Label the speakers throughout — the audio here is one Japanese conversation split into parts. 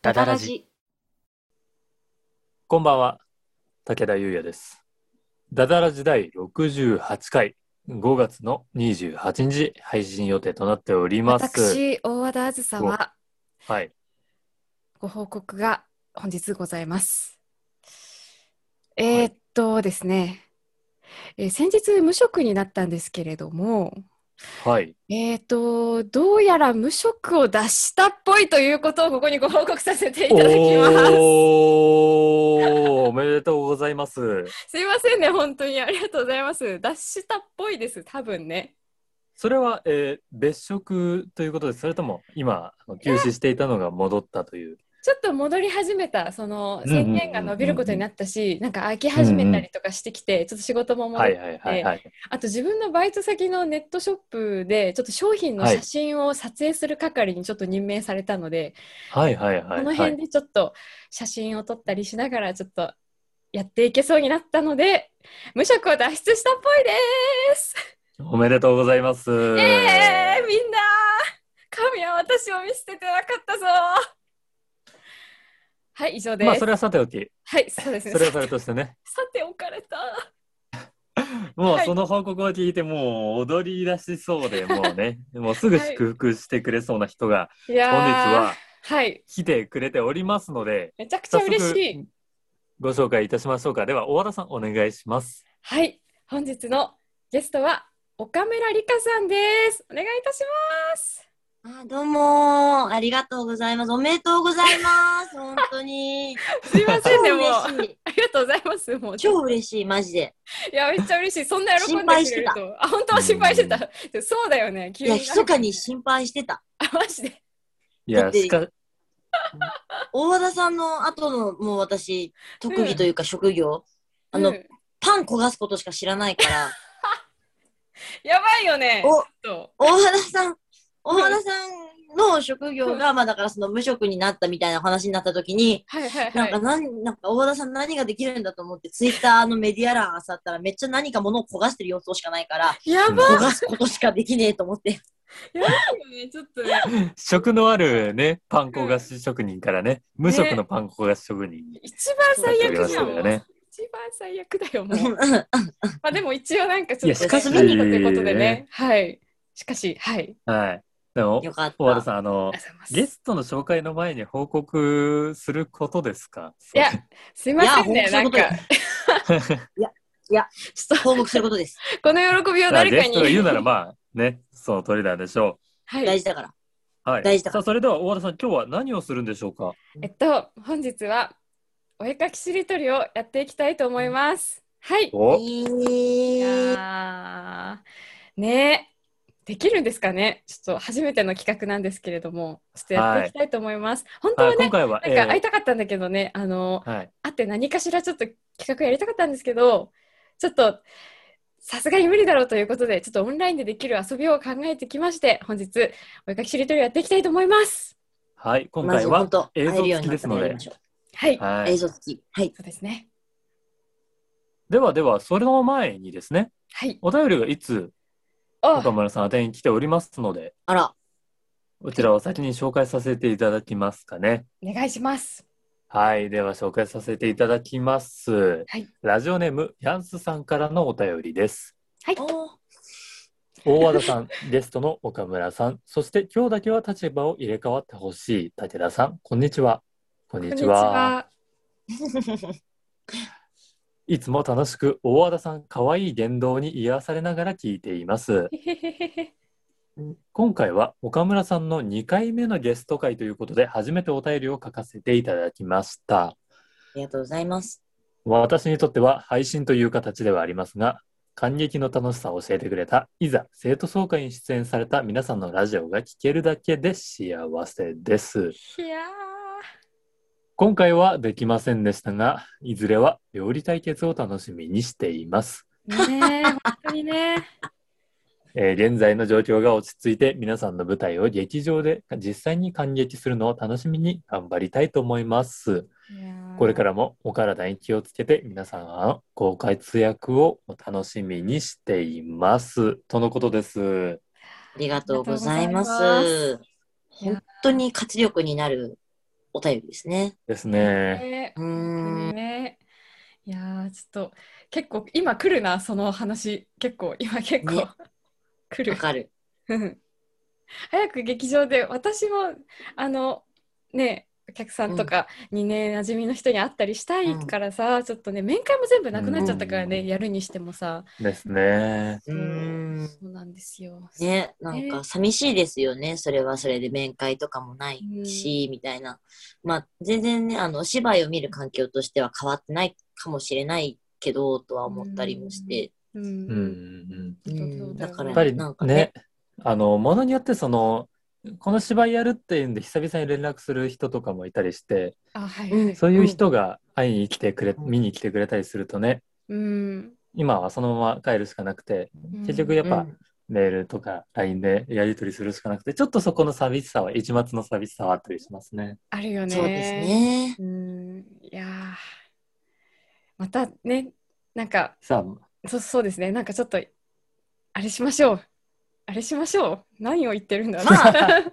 Speaker 1: ダダラジ。
Speaker 2: こんばんは、武田優也です。ダダラ時代68回、5月の28日配信予定となっております。
Speaker 1: 私、大和田あずさは
Speaker 2: はい、
Speaker 1: ご報告が本日ございます。えーっとですね、えー先日無職になったんですけれども、
Speaker 2: はい、
Speaker 1: えーっと、どうやら無職を脱したっぽいということをここにご報告させていただきます。
Speaker 2: おー、おめでとうございます。
Speaker 1: すいませんね、本当にありがとうございます。脱したっぽいです、多分ね。
Speaker 2: それは、えー別職ということです。それとも今あの休止していたのが戻ったという。
Speaker 1: ちょっと戻り始めた、その
Speaker 2: うんうんうんう
Speaker 1: 宣
Speaker 2: ん
Speaker 1: 言が伸びることになったし、なんか空き始めたりとかしてきて、ちょっと仕事も戻っ
Speaker 2: はいはいはいはい。
Speaker 1: あと自分のバイト先のネットショップでちょっと商品の写真を撮影する係にちょっと任命されたので、
Speaker 2: はいはいはい
Speaker 1: この
Speaker 2: は
Speaker 1: 辺
Speaker 2: い。
Speaker 1: でちょっと写真を撮ったりしながらちょっとやっていけそうになったので無職を脱出したっぽいです、
Speaker 2: おめでとうございます。
Speaker 1: えー、みんな神は私を見捨ててなかったぞはい以上です、
Speaker 2: まあそれはさておき、
Speaker 1: はいそうですね
Speaker 2: それはそれとしてね。
Speaker 1: さて置かれた
Speaker 2: もう
Speaker 1: はい
Speaker 2: その報告を聞いてもう踊り出しそう でもうねもうすぐ祝福してくれそうな人が
Speaker 1: い
Speaker 2: 本
Speaker 1: や
Speaker 2: 日
Speaker 1: ー
Speaker 2: は
Speaker 1: はい
Speaker 2: 来てくれておりますので
Speaker 1: めちゃくちゃ
Speaker 2: 早
Speaker 1: 嬉しい
Speaker 2: 速ご紹介いたしましょうかでは大和田さんお願いします
Speaker 1: はい、本日のゲストは岡村理香さんです。お願いいたします。
Speaker 3: あどうもーありがとうございます。おめでとうございます。本 当に。
Speaker 1: すいま
Speaker 3: 超
Speaker 1: せんね、もう。あ
Speaker 3: 嬉しい。
Speaker 1: りがとうございます。もう。
Speaker 3: 超嬉しい、マジで。
Speaker 1: いや、めっちゃ嬉しい。そんな喜んでくれる
Speaker 3: 心配
Speaker 1: と。あ、本当は心配してた。でそうだよね。急
Speaker 3: い
Speaker 1: に
Speaker 3: や、
Speaker 1: なん。
Speaker 3: 密かに心配してた。
Speaker 1: あ、マジで。
Speaker 2: い
Speaker 3: だ
Speaker 2: や
Speaker 3: って
Speaker 2: しか
Speaker 3: 大和田さんの後の、もう私、特技というか職業、あ
Speaker 1: う
Speaker 3: の
Speaker 1: ん、
Speaker 3: パン焦がすことしか知らないから、
Speaker 1: やばいよね。
Speaker 3: お、
Speaker 1: と。
Speaker 3: 大和田さん、大和田さんの職業が、まあだからその無職になったみたいな話になった時に、
Speaker 1: はいはい
Speaker 3: な
Speaker 1: は
Speaker 3: ん
Speaker 1: い
Speaker 3: か。何、なんか大和田さん何ができるんだと思って、ツイッターのメディア欄あさったら、めっちゃ何か物を焦がしてる様子しかないから、
Speaker 1: やば
Speaker 3: 焦がすことしかできねえと思 って。
Speaker 1: いよね。ちょっとね。
Speaker 2: 食のあるねパン粉菓子職人からね無職のパン粉菓子職人に
Speaker 1: 一番
Speaker 2: なっ
Speaker 1: 最
Speaker 2: ておりま
Speaker 1: 悪じ
Speaker 2: す
Speaker 1: ゃ
Speaker 2: か
Speaker 1: ん。も
Speaker 2: ら
Speaker 1: う
Speaker 2: ね
Speaker 1: 一番最悪だよ、もう。
Speaker 3: う
Speaker 1: まあでも一応なんかち
Speaker 2: い
Speaker 1: ょ
Speaker 2: や
Speaker 1: っと
Speaker 2: し
Speaker 3: かし
Speaker 1: ということでね。はい。しかし、はい。
Speaker 2: はいでも
Speaker 3: んよかった。
Speaker 2: 大和田さんあの
Speaker 1: ありがとうございます
Speaker 2: ゲストの紹介の前に報告することですか
Speaker 1: いや、すいません
Speaker 3: い
Speaker 1: ね、
Speaker 3: や
Speaker 1: なん
Speaker 3: ほんとそういうこ
Speaker 1: か
Speaker 3: とよ。
Speaker 1: ちょっと
Speaker 3: 報告することです。
Speaker 1: この喜びを
Speaker 2: まあ
Speaker 1: 誰
Speaker 2: ゲ
Speaker 1: か
Speaker 2: ストが言う
Speaker 1: に。
Speaker 2: ならまあねその通りなんでしょう
Speaker 1: はい
Speaker 3: 大事だから。
Speaker 2: はい、
Speaker 3: 大事だか
Speaker 2: さ
Speaker 3: ら
Speaker 2: あそれでは大和田さん今日は何をするんでしょうか
Speaker 1: えっと、本日はお絵かきしりとりをやっていきたいと思います。はい。
Speaker 2: お
Speaker 1: いや
Speaker 3: えー
Speaker 1: ーねできるんですかねちょっと初めての企画なんですけれども、ちょっとやっていきたいと思います。本当
Speaker 2: は、
Speaker 1: はいね
Speaker 2: 今、回は、
Speaker 1: なんか会い
Speaker 2: え
Speaker 1: たかったんだけどね、あの、
Speaker 2: ーはい、
Speaker 1: 会って何かしらちょっと企画やりたかったんですけど、ちょっとさすがに無理だろうということで、ちょっとオンラインでできる遊びを考えてきまして、本日、お絵かきしりとりをやっていきたいと思います。
Speaker 2: はい、今
Speaker 3: マジ
Speaker 2: 回は
Speaker 3: 本当
Speaker 2: 映像
Speaker 3: 会えるよ
Speaker 2: 付
Speaker 3: うに
Speaker 2: き
Speaker 3: な
Speaker 2: で
Speaker 3: っ
Speaker 2: す
Speaker 3: たら
Speaker 2: の
Speaker 3: やり
Speaker 2: で
Speaker 3: ま、しょ
Speaker 1: はい。そう
Speaker 2: は
Speaker 3: う。映
Speaker 2: い、
Speaker 3: 像付き。はい。
Speaker 1: ですね。
Speaker 2: ではではそれの前にですね
Speaker 1: はい。
Speaker 2: お便りがいつ
Speaker 1: あ
Speaker 2: 岡、村さん宛てに来ておりますので
Speaker 3: あら、
Speaker 2: こちらを先に紹介させていただきますかね
Speaker 1: お願いします。
Speaker 2: はいでは紹介させていただきます、
Speaker 1: はい
Speaker 2: ラジオネームヤンスさんからのお便りです
Speaker 1: はい。
Speaker 3: おー
Speaker 2: 大和田さん、ゲストの岡村さん、そして今日だけは立場を入れ替わってほしい武田さん、こんにちは。こん
Speaker 1: こ
Speaker 2: にちは。。いつも楽しく大和田さん可愛い言動に癒されながら聞いています。
Speaker 1: へへへへ
Speaker 2: 今回は岡村さんの2回目のゲスト会ということで初めてお便りを書かせていただきました。
Speaker 3: ありがとうございます。
Speaker 2: 私にとっては配信という形ではありますが、感激の楽しさを教えてくれた、いざ生徒総会に出演された皆さんのラジオが聞けるだけで幸せです。
Speaker 1: いや
Speaker 2: 今回はできませんでしたが、いずれは料理対決を楽しみにしています。
Speaker 1: ー。ねえ、本当にね。。
Speaker 2: えー現在の状況が落ち着いて、皆さんの舞台を劇場で実際に観劇するのを楽しみに頑張りたいと思います。これかららもお体に気をつけて、皆さんのご活躍をお楽しみにしています。とのことです。
Speaker 3: ありがとうございま
Speaker 1: ありがとうござ
Speaker 3: す。本当に活力になるお便りですね。
Speaker 2: ですね。
Speaker 1: ね
Speaker 3: うーん。
Speaker 1: ねいやーちょっと結構今来るなその話結構今結構、
Speaker 3: ね
Speaker 1: 来
Speaker 3: わ
Speaker 1: る
Speaker 3: かる。
Speaker 1: うん 早く劇場で私もあのねお客さんとかにね、馴染みの人に会ったりしたいからさ、ちょっとね面会も全部なくなっちゃったからね、
Speaker 2: うん
Speaker 1: やるにしてもさ
Speaker 2: ですね。
Speaker 3: うーん。
Speaker 1: そうなんですよ、
Speaker 3: ね、なんか寂しいですよね。それはそれで面会とかもないし、みたいな。まあ、全然ね、あの、お芝居を見る環境としては変わってないかもしれないけど、とは思ったりもして。
Speaker 1: うん
Speaker 2: うんうん
Speaker 3: う
Speaker 1: うん
Speaker 3: ん、だか
Speaker 2: うん。や
Speaker 3: ら、
Speaker 2: っぱり
Speaker 3: なん
Speaker 2: ね
Speaker 3: かね、
Speaker 2: あの、ものによってその、この芝居やるっていうんで久々に連絡する人とかもいたりして、
Speaker 1: あはいはい、
Speaker 3: うん
Speaker 2: そういう人が会いに来てくれ、
Speaker 3: うん
Speaker 2: 見に来てくれたりするとね、
Speaker 1: うん、
Speaker 2: 今はそのまま帰るしかなくて、結局やっ
Speaker 3: う
Speaker 2: ぱ、
Speaker 3: ん
Speaker 2: メールとか LINE でやり取りするしかなくて、ちょっとそこの寂しさは、一末の寂しさはあったりしますね。
Speaker 1: あるよね
Speaker 3: そうですね。
Speaker 1: うんいやーまたねなんか
Speaker 2: さ
Speaker 1: そそうですねなんかちょっとあれしましょうあれしましょう何を言ってるんだろう、
Speaker 3: まあ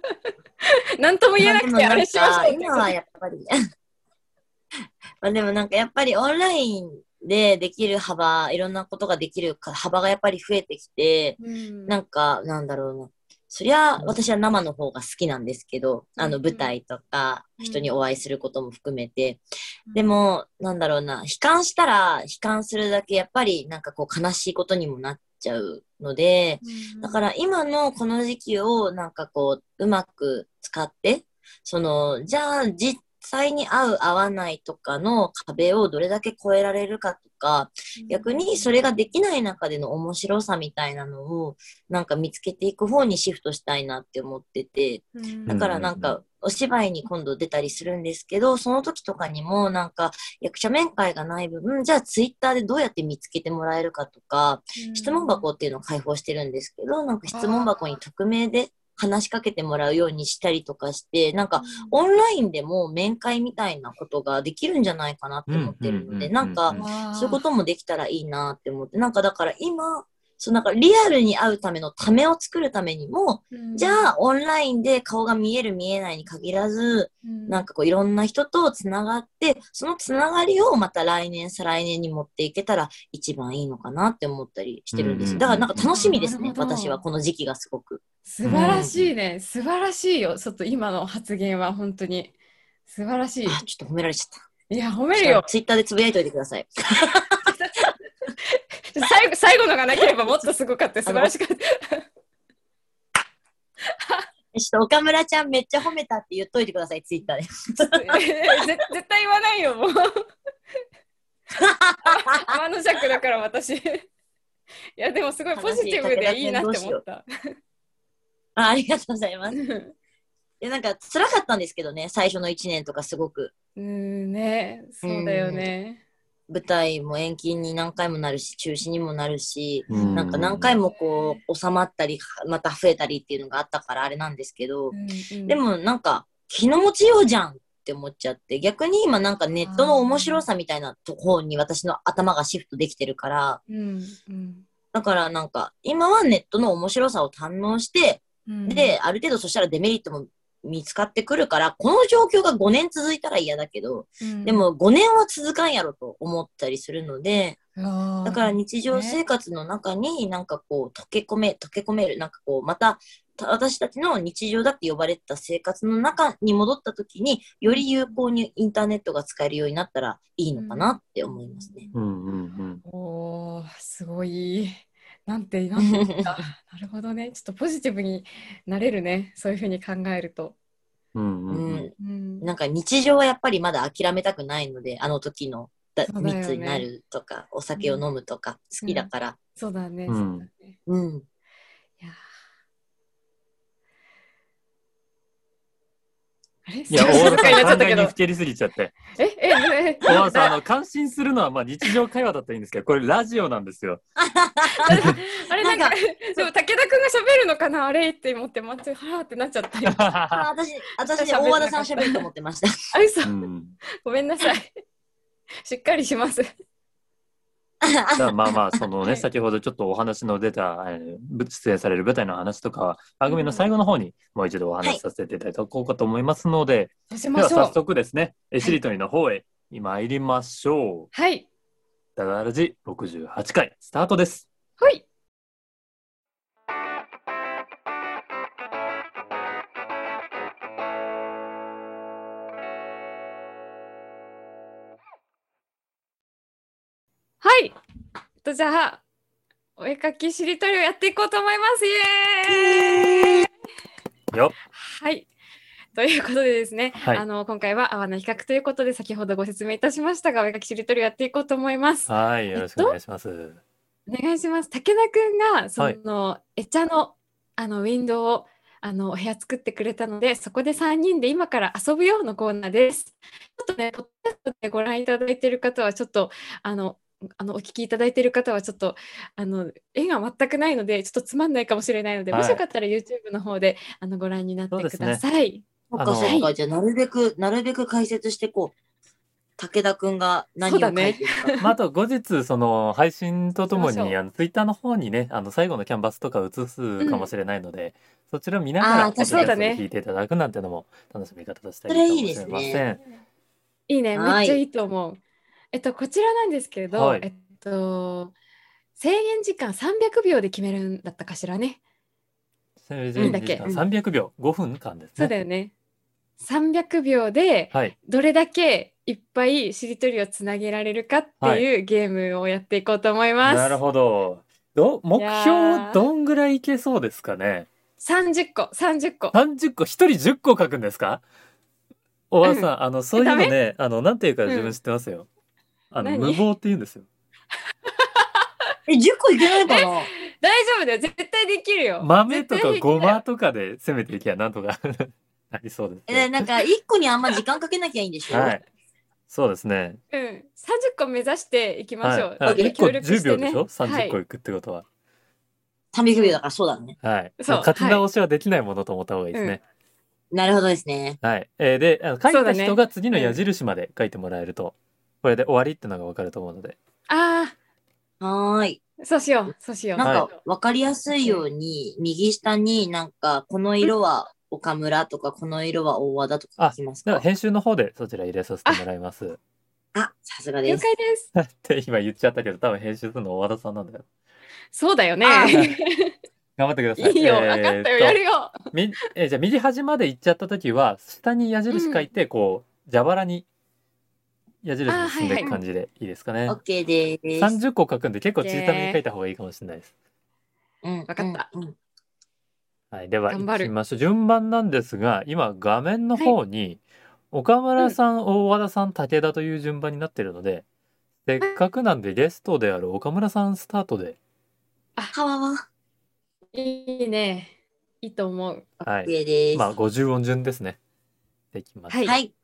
Speaker 1: なんとも言えなくてあれしましょうって
Speaker 3: 今はやっぱり、 まあでもなんかやっぱりオンラインでできる幅、いろんなことができるか幅がやっぱり増えてきて、
Speaker 1: うん
Speaker 3: なんか、なんだろうな。そりゃ、私は生の方が好きなんですけど、あ
Speaker 1: う
Speaker 3: の、
Speaker 1: ん
Speaker 3: 舞台とか、
Speaker 1: うん
Speaker 3: 人にお会いすることも含めて。
Speaker 1: うん
Speaker 3: でも、なんだろうな、悲観したら、悲観するだけ、やっぱり、なんかこう、悲しいことにもなっちゃうので、だから今のこの時期をなんかこう、うまく使って、その、じゃあ実際に合う合わないとかの壁をどれだけ超えられるかとか、逆にそれができない中での面白さみたいなのをなんか見つけていく方にシフトしたいなって思ってて、
Speaker 1: うん
Speaker 3: だからなん
Speaker 2: うんう
Speaker 3: かお芝居に今度出たりするんですけど、その時とかにもなんか役者面会がない分、じゃあツイッターでどうやって見つけてもらえるかとか、質問箱っていうのを開放してるんですけど、なんか質問箱に匿名で話しかけてもらうようにしたりとかして、なんかオンラインでも面会みたいなことができるんじゃないかなって思ってる
Speaker 2: うんうんうんうんう
Speaker 3: ので、
Speaker 2: ん
Speaker 3: なんか
Speaker 1: わー
Speaker 3: そういうこともできたらいいなって思って、なんかだから今、そうなんかリアルに会うためのためを作るためにも、
Speaker 1: うん
Speaker 3: じゃあオンラインで顔が見える見えないに限らず、なんかこういろんな人とつながって、そのつながりをまた来年、再来年に持っていけたら一番いいのかなって思ったりしてるんで
Speaker 2: う
Speaker 3: す。
Speaker 2: ん
Speaker 3: だからなんか楽しみです
Speaker 1: な
Speaker 3: ね
Speaker 1: る、ほど
Speaker 3: 私はこの時期がすごく。
Speaker 1: 素晴らしいね、素晴らしいよちょっと今の発言は本当に素晴らしい
Speaker 3: あ、ちょっと褒められちゃっ
Speaker 1: いや褒
Speaker 3: た。
Speaker 1: める
Speaker 3: ちょっ
Speaker 1: よ
Speaker 3: とツイッターでつぶやいといてください。
Speaker 1: 最後最後のがなければもっとすごかった素晴らしかった
Speaker 3: ちょっと岡村ちゃんめっちゃ褒めたって言っといてください、ツイッターで。
Speaker 1: 絶絶対言わないよも う天の弱だから私いやでもすごいポジティブでいいなって思った
Speaker 3: あありがとうございます。
Speaker 1: う
Speaker 3: で、なんか辛かったんですけどね、最初の1年とかすごく。
Speaker 1: ーんねそうだよね
Speaker 3: 舞台も延期に何回もなるし、中止にもなるし、
Speaker 2: うん
Speaker 3: なんか何回もこう収まったり、また増えたりっていうのがあったからあれなんですけど、で
Speaker 1: で
Speaker 3: もなんか気の持ちようじゃんって思っちゃって逆に今なんかネットの面白さみたいなところに私の頭がシフトできてるから
Speaker 1: うんうん
Speaker 3: だからなんか今はネットの面白さを堪能して
Speaker 1: うん
Speaker 3: である程度そしたらデメリットも見つかってくるからこの状況が5年続いたら嫌だけど
Speaker 1: うん
Speaker 3: でも5年は続かんやろと思ったりするので
Speaker 1: あー
Speaker 3: だから日常生活の中になんかこう溶け込め、溶け込める、なんかこうまたた私たちの日常だって呼ばれてた生活の中に戻った時により有効にインターネットが使えるようになったらいいのかなって思いますね。
Speaker 2: うんうん
Speaker 1: おーすごいなんてなんて言ったなるほどねちょっとポジティブになれるねそういうふうに考えると
Speaker 2: うん。うんう
Speaker 3: う
Speaker 2: んうん
Speaker 3: ん。
Speaker 1: うん
Speaker 3: なんか日常はやっぱりまだ諦めたくないので、あの時のだ
Speaker 1: そうだよね
Speaker 3: 密になるとか、お酒を飲むとか好きだから。
Speaker 1: そうだね
Speaker 2: うん
Speaker 1: そうだね
Speaker 3: うん。
Speaker 1: いやーあれ
Speaker 2: いや、
Speaker 1: 静
Speaker 2: 大和
Speaker 1: かに なっちゃ
Speaker 2: さ
Speaker 1: っ
Speaker 2: ん、考
Speaker 1: た
Speaker 2: え
Speaker 1: け
Speaker 2: に
Speaker 1: ど
Speaker 2: ふ。けりすぎちゃって。
Speaker 1: え、え、え、
Speaker 2: 大和さん、あの、感心するのは、まあ、日常会話だったらいいんですけど、これラジオなんですよ。
Speaker 1: あれなん
Speaker 3: な
Speaker 1: か
Speaker 3: んか、
Speaker 1: でも武田くんが喋るのかなあれって思って、待って、はーってなっちゃったよ。
Speaker 3: あ私、私、大和田さん喋ると思ってました。
Speaker 1: あ、嘘
Speaker 2: う。ん
Speaker 1: ごめんなさい。しっかりします。
Speaker 2: だからまあまあ、 その
Speaker 1: は
Speaker 2: ね、
Speaker 1: い
Speaker 2: 先ほどちょっとお話の出た、えーぶ出演される舞台の話とかは、番組の最後の方にもう一度お話しさせていただこうかと思いますので、
Speaker 1: そうし
Speaker 2: で
Speaker 1: ま
Speaker 2: は
Speaker 1: しょ
Speaker 2: 早
Speaker 1: う。
Speaker 2: 速ですね、えしりとりの方へ参りましょう。
Speaker 1: はい。
Speaker 2: ダダラジ68回スタートです。
Speaker 1: はい。はい。とじゃあ、お絵かきしりとりをやっていこうと思います。イエーイ
Speaker 2: よ
Speaker 1: はい。ということでですね、
Speaker 2: はい
Speaker 1: あの今回は泡の比較ということで先ほどご説明いたしましたがお絵かきしりとりをやっていこうと思います。
Speaker 2: はい、よろしくお願いします。
Speaker 1: お願いします。武田くんがその、エチャのあのウィンドウをあのお部屋作ってくれたので、そこで3人で今から遊ぶようのコーナーです。ちょっとね、ポッドキャストでご覧いただいている方はちょっとあのあのお聞きいただいている方はちょっとあの絵が全くないのでちょっとつまんないかもしれないので、
Speaker 2: はい
Speaker 1: もしよかったら YouTube の方であのご覧になって
Speaker 2: そうで
Speaker 1: く
Speaker 2: すね
Speaker 1: ださい。
Speaker 3: そっ
Speaker 2: あの
Speaker 3: かそっか。じゃあ、なるべく、なるべく解説してこう。武田くんが何
Speaker 1: そ
Speaker 3: を
Speaker 1: う
Speaker 3: 書
Speaker 1: だ
Speaker 3: い
Speaker 1: ね
Speaker 3: てるか。
Speaker 2: まあ、あと後日その配信ととも
Speaker 1: そうそ
Speaker 2: に
Speaker 1: う
Speaker 2: あのツイッターの方にねあの最後のキャンバスとか映すかもしれないので、そちらを見なが
Speaker 3: あ
Speaker 2: ら
Speaker 3: ー
Speaker 2: ポッドキャ
Speaker 1: そう
Speaker 2: スト
Speaker 1: だ
Speaker 2: で
Speaker 1: ね
Speaker 2: 聞いていただくなんてのも楽しみ方としてはいいかもしれませ
Speaker 3: それ
Speaker 2: ん。
Speaker 1: いいね、め
Speaker 3: は
Speaker 1: っ
Speaker 3: い
Speaker 1: ちゃいいと思う。えっと、こちらなんですけれど、
Speaker 2: はい
Speaker 1: えっと、制限時間300秒で決めるんだったかしらね。
Speaker 2: 制
Speaker 3: いい
Speaker 2: 限
Speaker 1: んだっ
Speaker 2: 時
Speaker 1: け
Speaker 2: 間300秒5分間ですね。
Speaker 1: そうだよね。300秒で
Speaker 2: はい、
Speaker 1: どれだけいっぱいしりとりをつなげられるかっていうゲームをやっていこうと思います。
Speaker 2: なるほど。ど目
Speaker 1: いや
Speaker 2: 標
Speaker 1: ー
Speaker 2: どんぐらいいけそうですかね。
Speaker 1: 30個、30個。
Speaker 2: 30個、一人10個書くんですかおばあさん、あの、そういうの
Speaker 1: ダ
Speaker 2: ね、あの、なんていうか
Speaker 1: うん
Speaker 2: 自分知ってますよ。あの、
Speaker 1: 何
Speaker 2: 無謀って言うん ですよ。
Speaker 3: え、10個いけないかな
Speaker 1: 大丈夫だよ。絶対できるよ。
Speaker 2: 豆とか
Speaker 1: 絶対できる
Speaker 2: ごまとかで攻めていけばなんとか なりそうです
Speaker 3: え、
Speaker 2: ね、
Speaker 3: なんか、1個にあんま時間かけなきゃいいんでしょ
Speaker 2: はい。そうですね。
Speaker 1: うん。30個目指していきま
Speaker 2: はい
Speaker 1: しょう。
Speaker 2: はい。
Speaker 1: ちょっ
Speaker 2: 1
Speaker 1: と
Speaker 2: 個
Speaker 1: 協力し
Speaker 2: 10
Speaker 1: て
Speaker 2: 秒
Speaker 1: ね
Speaker 2: でしょ ?30 個
Speaker 1: はい
Speaker 2: いくってことは。
Speaker 3: 300秒だからそうだね。
Speaker 2: はい。
Speaker 1: そう
Speaker 2: 勝ち直しはできないものと思った方がいいですね。
Speaker 3: なるほどですね。
Speaker 2: はい。えーで、あの書い
Speaker 1: そう
Speaker 2: た
Speaker 1: だね
Speaker 2: 人が次の矢印まで書いてもらえると、これで終わりってのがわかると思うので。
Speaker 1: あ
Speaker 3: はーい。
Speaker 1: あ、そうしよう。そうしよう。
Speaker 2: は
Speaker 3: なんか、わかりやすいように、右下になんか、この色は岡村とか、この色は大和田とか書きます
Speaker 2: では
Speaker 3: か
Speaker 2: 編集の方でそちら入れさせてもらいます。
Speaker 3: あ、さすが
Speaker 1: 了
Speaker 3: です。
Speaker 1: 解です。
Speaker 2: って今言っちゃったけど、多分編集するの大和田さんなん だよ。
Speaker 1: そうだよね。
Speaker 3: あ
Speaker 2: 頑張ってください。
Speaker 1: いいよ、
Speaker 2: えー
Speaker 1: 分かったよ、
Speaker 2: と
Speaker 1: やるよ。
Speaker 2: みえーじゃあ右端まで行っちゃった時は、下に矢印書いて、こう、蛇腹に矢印に進んでいく感じでいいですかね。
Speaker 3: オッケーです。
Speaker 2: 30個書くんで結構小さめに書いた方がいいかもしれないです。
Speaker 3: うん、
Speaker 1: かった
Speaker 3: うん。うん
Speaker 2: はい、では
Speaker 1: 頑
Speaker 2: 行
Speaker 1: 張る
Speaker 2: きましょう。順番なんですが、今画面の方に、岡村さん、大和田さん、武田という順番になってるので、せっかくなんでゲストである岡村さんスタートで。
Speaker 3: はわわ。
Speaker 1: いいね。いいと思う。
Speaker 3: オ
Speaker 2: はい
Speaker 3: ッケーです。
Speaker 2: まあ、50音順ですね。できます。
Speaker 1: はい
Speaker 3: はい。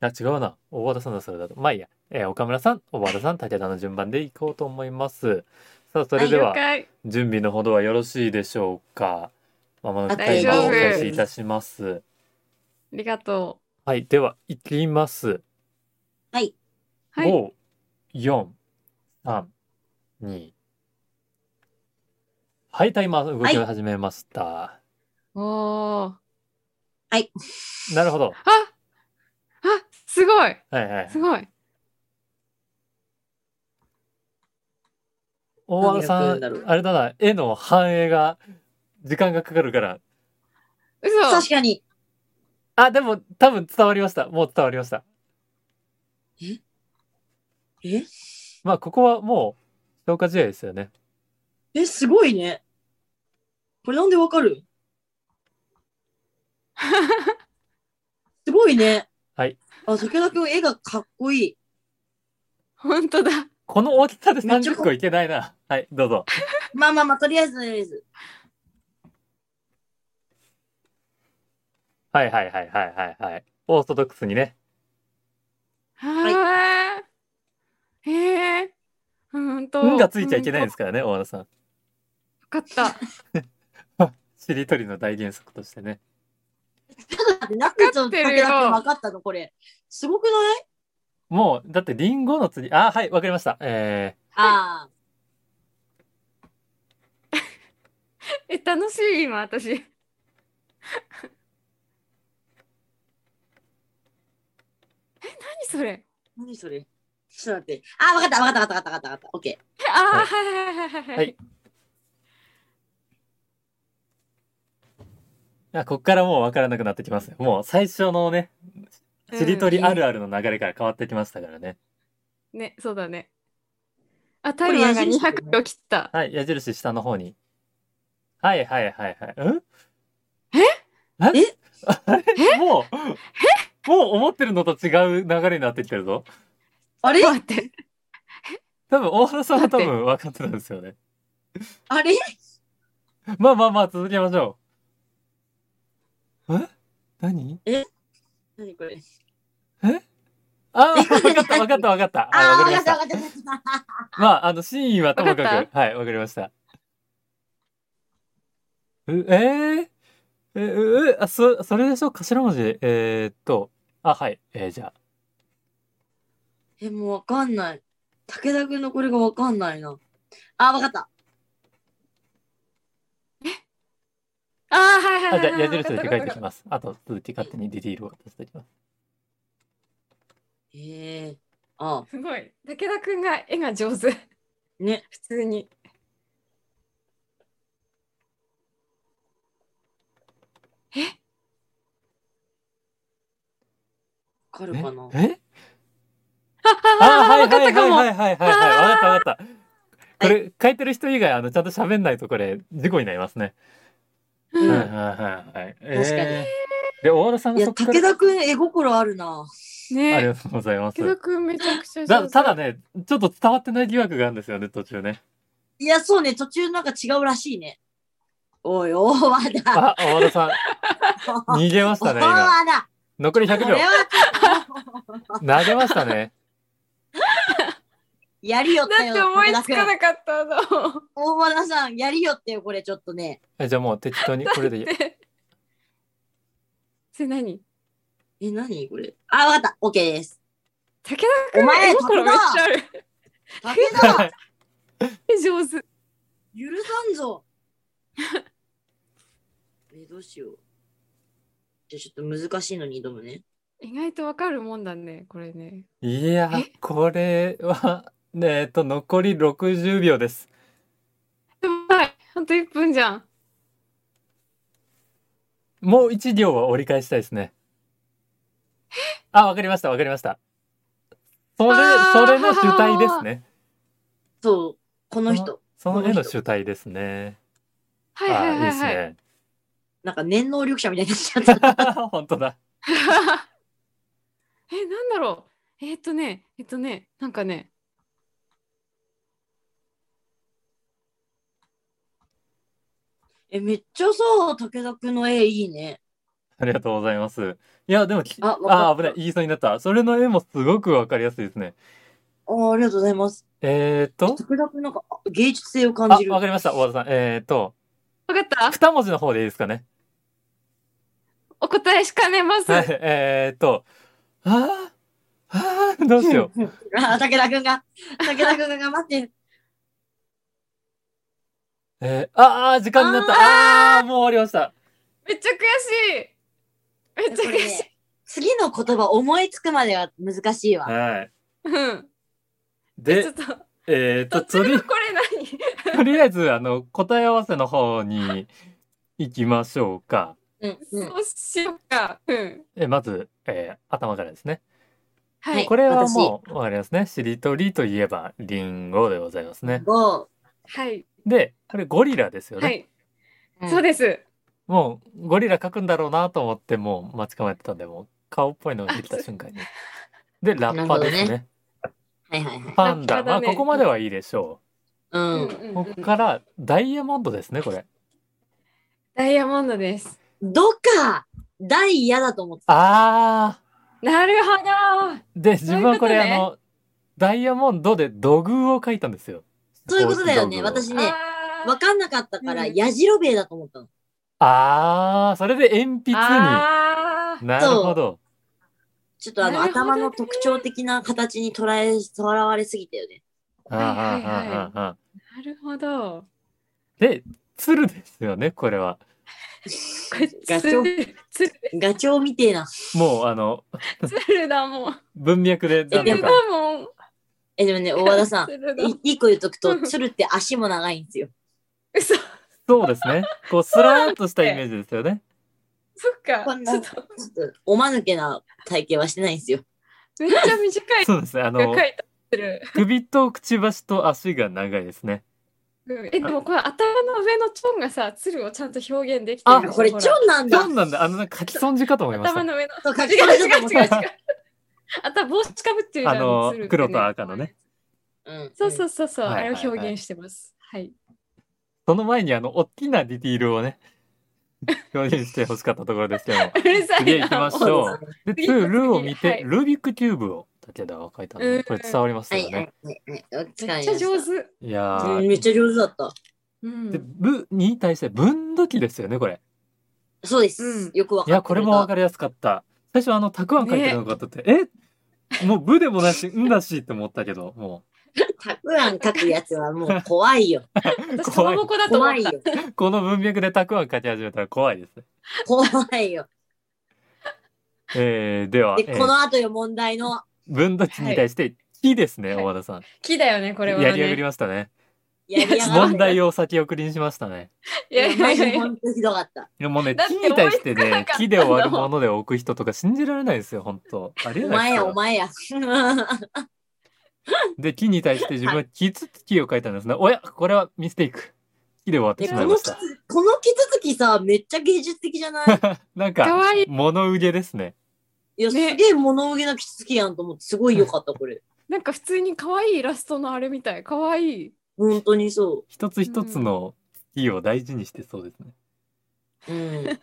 Speaker 2: あ、違うな。大和田さんだ、それだと。まあいいや。えー岡村さん、大和田さん、武田の順番でいこうと思います。さあ、それで
Speaker 1: 了
Speaker 2: は、
Speaker 1: 解。
Speaker 2: 準備のほどはよろしいでしょうか。まもなくタイ
Speaker 1: 大
Speaker 2: マーをお
Speaker 1: 丈夫
Speaker 2: 返しいたします。
Speaker 1: ありがと
Speaker 2: はい、では、いきます。
Speaker 3: はい。
Speaker 1: う。はい。
Speaker 2: 五、四、三、二。はい、タイマー動きを始めました。
Speaker 1: おお。
Speaker 2: なるほど。
Speaker 1: ああすごい
Speaker 2: はいはい。
Speaker 1: すごい。
Speaker 2: 大和田
Speaker 3: 何や
Speaker 2: さ
Speaker 3: ってん
Speaker 2: ん、
Speaker 3: だろう
Speaker 2: あれだな、絵の反映が、時間がかかるから。
Speaker 1: 嘘
Speaker 3: 確かに。
Speaker 2: あ、でも、多分伝わりました。もう伝わりました。
Speaker 3: え
Speaker 2: まあ、ここはもう、消化試合ですよね。
Speaker 3: え、すごいね。これなんでわ かるすごいね。
Speaker 2: はい。
Speaker 3: あ、武田くん、絵がかっこいい。
Speaker 1: 本当だ。
Speaker 2: この大きさで
Speaker 3: めっちゃ
Speaker 2: 30個いけないな。はい、どうぞ。
Speaker 3: まあまあまあ、とりあえず、とりあえず。
Speaker 2: はいはいはいはいはいはい。オーソドックスにね。
Speaker 1: はーい。へえ。本当。。
Speaker 2: うんがついちゃいけないんですすからね、大和田さん。
Speaker 1: よかった。
Speaker 2: しりとりの大原則としてね。
Speaker 3: ちょっと待って、なんでちょっと武田くんわかったのこれ。すごくない
Speaker 2: もう、だってリンゴの次、あ、はい、わかりました。えー、
Speaker 3: ああ、
Speaker 1: え、楽しい、今、私。何それ
Speaker 3: 何それ。ちょっと待って。あー、わかった、わかった、わかった、わかった、わかった。オッケー。
Speaker 1: ああ、はいはいはいはい。
Speaker 2: はいあこっからもう分からなくなってきますよもう最初のねしりとりあるあるの流れから変わってきましたからね、
Speaker 1: うんね、そうだね。あ、タイマーが
Speaker 3: 矢印だよね
Speaker 1: 200秒切った。
Speaker 2: はい矢印下の方にはいはいはいはいうん
Speaker 3: え
Speaker 2: えあれもうもう思ってるのと違う流れになってきてるぞ
Speaker 3: あれ
Speaker 1: 待って。
Speaker 2: 多分大原さんは多
Speaker 1: 待
Speaker 2: 分分かってたんですよね
Speaker 3: あれ
Speaker 2: まあまあまあ続けましょうえ何
Speaker 3: 何これ。
Speaker 2: ああ分かった分かった分かった
Speaker 3: あ
Speaker 2: あ
Speaker 3: あ、
Speaker 2: 分か
Speaker 3: わ
Speaker 2: り
Speaker 3: か
Speaker 2: ま
Speaker 3: っ、
Speaker 2: したた
Speaker 3: わかった、わかった。
Speaker 2: まあ、あの、真意はとも
Speaker 1: わか
Speaker 2: か
Speaker 1: っ
Speaker 2: く、はい、わかりました。うえー、え、う、うあ、そ、それでしょ頭文字。えー、っと、あ、はい、えー、じゃあ、
Speaker 3: え、もうわかんない。武田くんのこれがわかんないな。あー、わかった。
Speaker 1: ああ、はいはい
Speaker 2: あ、
Speaker 1: は
Speaker 2: じゃ
Speaker 1: いは
Speaker 2: あ、
Speaker 1: い。
Speaker 2: 矢印だけ書いてき
Speaker 1: す。
Speaker 2: ます。あと、続き勝手にディティールを渡していきます。
Speaker 3: ええあ
Speaker 1: すごい。武田くんが絵が上手。
Speaker 3: ー、ね。
Speaker 1: 普通に。
Speaker 3: わかる
Speaker 2: え
Speaker 3: かな
Speaker 2: え
Speaker 1: あ
Speaker 2: あ、は
Speaker 1: あ
Speaker 2: い
Speaker 1: ー、分
Speaker 2: は
Speaker 1: かっ
Speaker 2: いは
Speaker 1: たか
Speaker 2: い
Speaker 1: も。
Speaker 2: はいはいはい、はい、わかったわかった。こ
Speaker 3: は
Speaker 2: れ、書いてる人以外、あの、ちゃんと喋んないと、これ、事故になりますね。
Speaker 1: う
Speaker 2: はい
Speaker 1: ん
Speaker 2: はいはいはい。確
Speaker 3: 確かに
Speaker 2: で、大原さん
Speaker 3: い
Speaker 2: が
Speaker 3: や、
Speaker 2: そっか
Speaker 3: 武
Speaker 2: ら、
Speaker 3: 田くん絵心あるな。
Speaker 2: あり
Speaker 1: ね
Speaker 2: がとうございます。
Speaker 1: 武田くんめちゃくちゃ上
Speaker 2: だ
Speaker 1: 手。
Speaker 2: ただね、ちょっと伝わってない疑惑があるんですよね、途中ね。
Speaker 3: いや、そうね、途中なんか違うらしいね。おい、大和田。
Speaker 2: あ、大和田さん、逃げました
Speaker 3: 大和
Speaker 2: ね、今。
Speaker 3: 田。
Speaker 2: 残り
Speaker 3: こ
Speaker 2: 100
Speaker 3: れ
Speaker 2: 秒。
Speaker 3: は
Speaker 2: 投げましたね。
Speaker 3: やりよった
Speaker 1: だ
Speaker 3: よ。
Speaker 1: って思い
Speaker 3: 武田
Speaker 1: つ
Speaker 3: 君
Speaker 1: かなかったの。
Speaker 3: 大和田さん、やりよってよ、これちょっとね。
Speaker 2: えじゃあもう適当にこれ でいい。
Speaker 1: それ何
Speaker 3: え、何これ。あ、わかった。オッケーです。
Speaker 1: 武田くん
Speaker 3: お前
Speaker 1: 絵心めっちゃある。
Speaker 3: 武田、
Speaker 1: 絵上手。
Speaker 3: 許さんぞ。 え、どうしよう。じゃあちょっと難しいのに挑むね。
Speaker 1: 意外とわかるもんだね、これね。
Speaker 2: いや
Speaker 1: え、
Speaker 2: これは、ねえっと、残り60秒です。
Speaker 1: やばい。ほんと1分じゃん。
Speaker 2: もう1行は折り返したいですね。あ、わかりました、わかりました。それ
Speaker 1: あ、ー
Speaker 2: それの主体ですね。
Speaker 3: そう、この人。
Speaker 2: その絵の主体ですね。
Speaker 1: はいは
Speaker 2: あ、
Speaker 1: い
Speaker 2: いい
Speaker 1: は
Speaker 2: で
Speaker 1: い
Speaker 2: す
Speaker 1: はい。
Speaker 2: ね。
Speaker 3: なんか念能力者みたいになっちゃった。
Speaker 2: 本当だ。
Speaker 1: え、なんだろう。えーっとね、えっとね、なんかね。
Speaker 3: え、めっちゃさ、武田くんの絵いいね。
Speaker 2: ありがとうございます。いや、でもき、
Speaker 3: あわかった
Speaker 2: あ、危ない。言いそうになった。それの絵もすごくわかりやすいですね。
Speaker 3: あありがとうございます。
Speaker 2: えーっと、
Speaker 3: 武田くんなんかあ芸術性を感
Speaker 2: あ
Speaker 3: じ、る。
Speaker 2: わかりました、大和田さん。えーっと、
Speaker 1: わかった
Speaker 2: 二文字の方でいいですかね。
Speaker 1: お答えしかねます。
Speaker 2: はい、えーっと、あー、あー、どうしよう。
Speaker 3: うん。あ、武田くんが、武田くんが頑張ってる。
Speaker 2: えー、あー、時間になった。あー、もう終わりました。
Speaker 1: めっちゃ悔しい。めっちゃ
Speaker 3: こ
Speaker 1: 悔
Speaker 3: れ
Speaker 1: しい。
Speaker 3: ね、次の言葉思いつくまでは難しいわ。
Speaker 2: はい。
Speaker 1: うん。ちょ
Speaker 2: で
Speaker 1: っ、と、
Speaker 2: えーっと、
Speaker 1: そ
Speaker 2: と
Speaker 1: れ
Speaker 2: り
Speaker 1: は、これ何
Speaker 2: とりあえず、あの、答え合わせの方に行きましょうか。
Speaker 3: うん、うん。
Speaker 1: そうしようか。うん。
Speaker 2: え、まず、えー頭からですね。
Speaker 1: は
Speaker 3: はい
Speaker 1: い。
Speaker 2: これはもう、わかりますね。しりとりといえば、リンゴでございますね。
Speaker 3: 五、
Speaker 1: はい。
Speaker 2: で、これゴリラですよね。
Speaker 1: はい。
Speaker 3: うん
Speaker 1: そうです。
Speaker 2: もう、ゴリラ描くんだろうなと思って、もう待ち構えてたんで、もう顔っぽいのができた瞬 間に。で、ラッパですね。
Speaker 3: なはいはいはい。
Speaker 2: パンダ。
Speaker 1: ラッパ
Speaker 2: ま
Speaker 1: だ
Speaker 2: あ、
Speaker 1: ね
Speaker 2: ここまではいいでしょ
Speaker 3: う。
Speaker 1: うん
Speaker 2: う。
Speaker 1: ん
Speaker 2: こ
Speaker 1: うんう
Speaker 2: こ
Speaker 1: ん。
Speaker 2: から、ダイヤモンドですね、これ。
Speaker 1: ダイヤモンドです。
Speaker 3: どか、大嫌だと思ってた。
Speaker 2: あ
Speaker 1: なるほど。
Speaker 2: ー。で、自分はこれ、
Speaker 1: そういうことね
Speaker 2: あの、ダイヤモンドで土偶を描いたんですよ。
Speaker 3: そういうことだよね。
Speaker 2: 道具を
Speaker 3: 私ね、
Speaker 1: あー
Speaker 3: わかんなかったから、
Speaker 1: うん
Speaker 3: やじろべえだと思ったの。
Speaker 2: あー、それで鉛筆に。
Speaker 1: あー
Speaker 2: なるほど。
Speaker 3: ちょっとあの、
Speaker 1: なるほど
Speaker 3: 頭
Speaker 1: ね
Speaker 3: の特徴的な形に捉え、とらわれすぎたよね。
Speaker 2: ああ
Speaker 1: はいはいはい
Speaker 2: ああああ
Speaker 1: なるほど。
Speaker 2: で、鶴ですよね、これは。
Speaker 1: これ
Speaker 3: ガチ
Speaker 1: 鶴
Speaker 3: ョ
Speaker 1: 鶴
Speaker 3: ガチョウみてえな。
Speaker 2: もう、あの、
Speaker 1: 鶴だもん。
Speaker 2: 文脈でなん
Speaker 1: 鶴
Speaker 2: と
Speaker 1: だ
Speaker 2: か。
Speaker 1: もん。
Speaker 3: え、でもね、大和田さん、
Speaker 1: 鶴だ
Speaker 3: い一個言っとくと、鶴って足も長いんですよ。
Speaker 1: 嘘。そ
Speaker 2: そうですね。こう、スラーっとしたイメージですよね。
Speaker 1: っか。
Speaker 3: こん
Speaker 1: ちょ
Speaker 3: な
Speaker 1: っと
Speaker 3: ちょっとおまぬけな体型はしてないんですよ。
Speaker 1: めっちゃ短い
Speaker 2: そうですね。あ
Speaker 1: が書
Speaker 2: の
Speaker 1: い、てある。
Speaker 2: 首とくちばしと足が長いですね。
Speaker 1: うんえ、でもこれ頭の上のチョンがさ、鶴をちゃんと表現できて
Speaker 2: あ
Speaker 1: る。
Speaker 3: これ、チ
Speaker 1: ほ
Speaker 3: ョ
Speaker 1: ら
Speaker 3: ンなんだ
Speaker 2: そう。なんだ。あの、なんか書き損じかと思いまし
Speaker 1: 頭
Speaker 2: た。
Speaker 1: の上の。
Speaker 3: そう書
Speaker 1: 違
Speaker 3: き
Speaker 1: う
Speaker 3: 込まれ
Speaker 1: 違
Speaker 3: たと
Speaker 1: う
Speaker 3: 思っ
Speaker 1: 違う違う
Speaker 3: た。。
Speaker 1: 頭帽子かぶってるじゃん。
Speaker 2: あの
Speaker 1: 鶴って
Speaker 2: 黒と赤のね。
Speaker 3: うん
Speaker 1: そうそううそうそう、
Speaker 2: はいはいはい
Speaker 1: あれを表現してます。はい。
Speaker 2: その前に、あの、大きなディティールをね、表現してほしかったところですけども。
Speaker 1: うるさい
Speaker 2: 次へ行
Speaker 1: な。
Speaker 2: きまし
Speaker 1: も
Speaker 2: ょ
Speaker 1: う
Speaker 2: う。で、
Speaker 1: 次
Speaker 2: トゥールーを見
Speaker 1: は
Speaker 2: て
Speaker 1: い、
Speaker 2: ルービックキューブを、武田が書いたの
Speaker 1: う
Speaker 2: で、
Speaker 1: ん
Speaker 2: ん、これ伝わります
Speaker 3: は
Speaker 2: よ
Speaker 3: いは
Speaker 2: ね。
Speaker 3: いはいはい。わか
Speaker 1: め
Speaker 3: りま
Speaker 1: っ
Speaker 3: し
Speaker 1: ち
Speaker 3: た
Speaker 1: ゃ上手。
Speaker 2: いや
Speaker 3: うんめっ
Speaker 2: ー、
Speaker 3: ちゃ上手だった。
Speaker 1: う
Speaker 2: で、
Speaker 1: ん。
Speaker 2: ぶに対して分度器ですよね、これ。
Speaker 3: そうです。
Speaker 1: うん
Speaker 3: よくわか
Speaker 2: い
Speaker 3: った。
Speaker 2: や、これもわかりやすかった。最初、あの、たくあん書いてるのかと思って、えもう、ぶでもなし、んだしって思ったけど、も
Speaker 3: たくあん書くやつはもう怖い よ。
Speaker 1: 私、か
Speaker 2: 怖
Speaker 1: ま
Speaker 2: い
Speaker 1: ぼこだと思
Speaker 3: 怖い
Speaker 1: っ
Speaker 3: よ
Speaker 1: た。。
Speaker 2: う、この文脈でたくあん書き始めたら怖いですね。
Speaker 3: 怖 いよ。
Speaker 2: えー、では、
Speaker 3: で、
Speaker 2: えー
Speaker 3: この後よ、問題の。
Speaker 2: 分度器に対して、木ですね、
Speaker 1: はい
Speaker 2: 大和田さん。
Speaker 1: 木だよね、これは、ね。
Speaker 2: やりやりましたね。
Speaker 3: やりやが
Speaker 2: 問
Speaker 3: って。
Speaker 2: 題を先送りにしましたね。
Speaker 1: いやいやいやいや
Speaker 3: 本当ひどか った。
Speaker 2: いやもうね、
Speaker 1: だっ
Speaker 2: 木
Speaker 1: て
Speaker 2: に対して
Speaker 1: 思いつかな
Speaker 2: ね
Speaker 1: かっ、た
Speaker 2: 木で終わるもので置く人とか信じられないですよ、本当ありえ
Speaker 3: お
Speaker 2: ない
Speaker 3: 前
Speaker 2: です
Speaker 3: や、
Speaker 2: よ
Speaker 3: お前や。
Speaker 2: で、木に対して自分は木つつきを書いたんですね。おや、これはミステイク。木で終わって
Speaker 3: で、
Speaker 2: し
Speaker 3: こ
Speaker 2: まい
Speaker 3: の
Speaker 2: まし
Speaker 3: キツ
Speaker 2: た。
Speaker 3: このキツツキさ、めっちゃ芸術的じゃない
Speaker 2: なん
Speaker 1: か
Speaker 2: か、
Speaker 1: わいい。
Speaker 2: 物憂げですね。
Speaker 3: いや、
Speaker 1: ね
Speaker 3: すげえ物憂げなキツツキやんと思って、すごいよかった、これ。
Speaker 1: なんか普通に可愛いイラストのあれみたい。可愛 い。
Speaker 3: 本当にそ
Speaker 2: 一つ一つの木を大事にしてそうですね。
Speaker 3: う。 うん。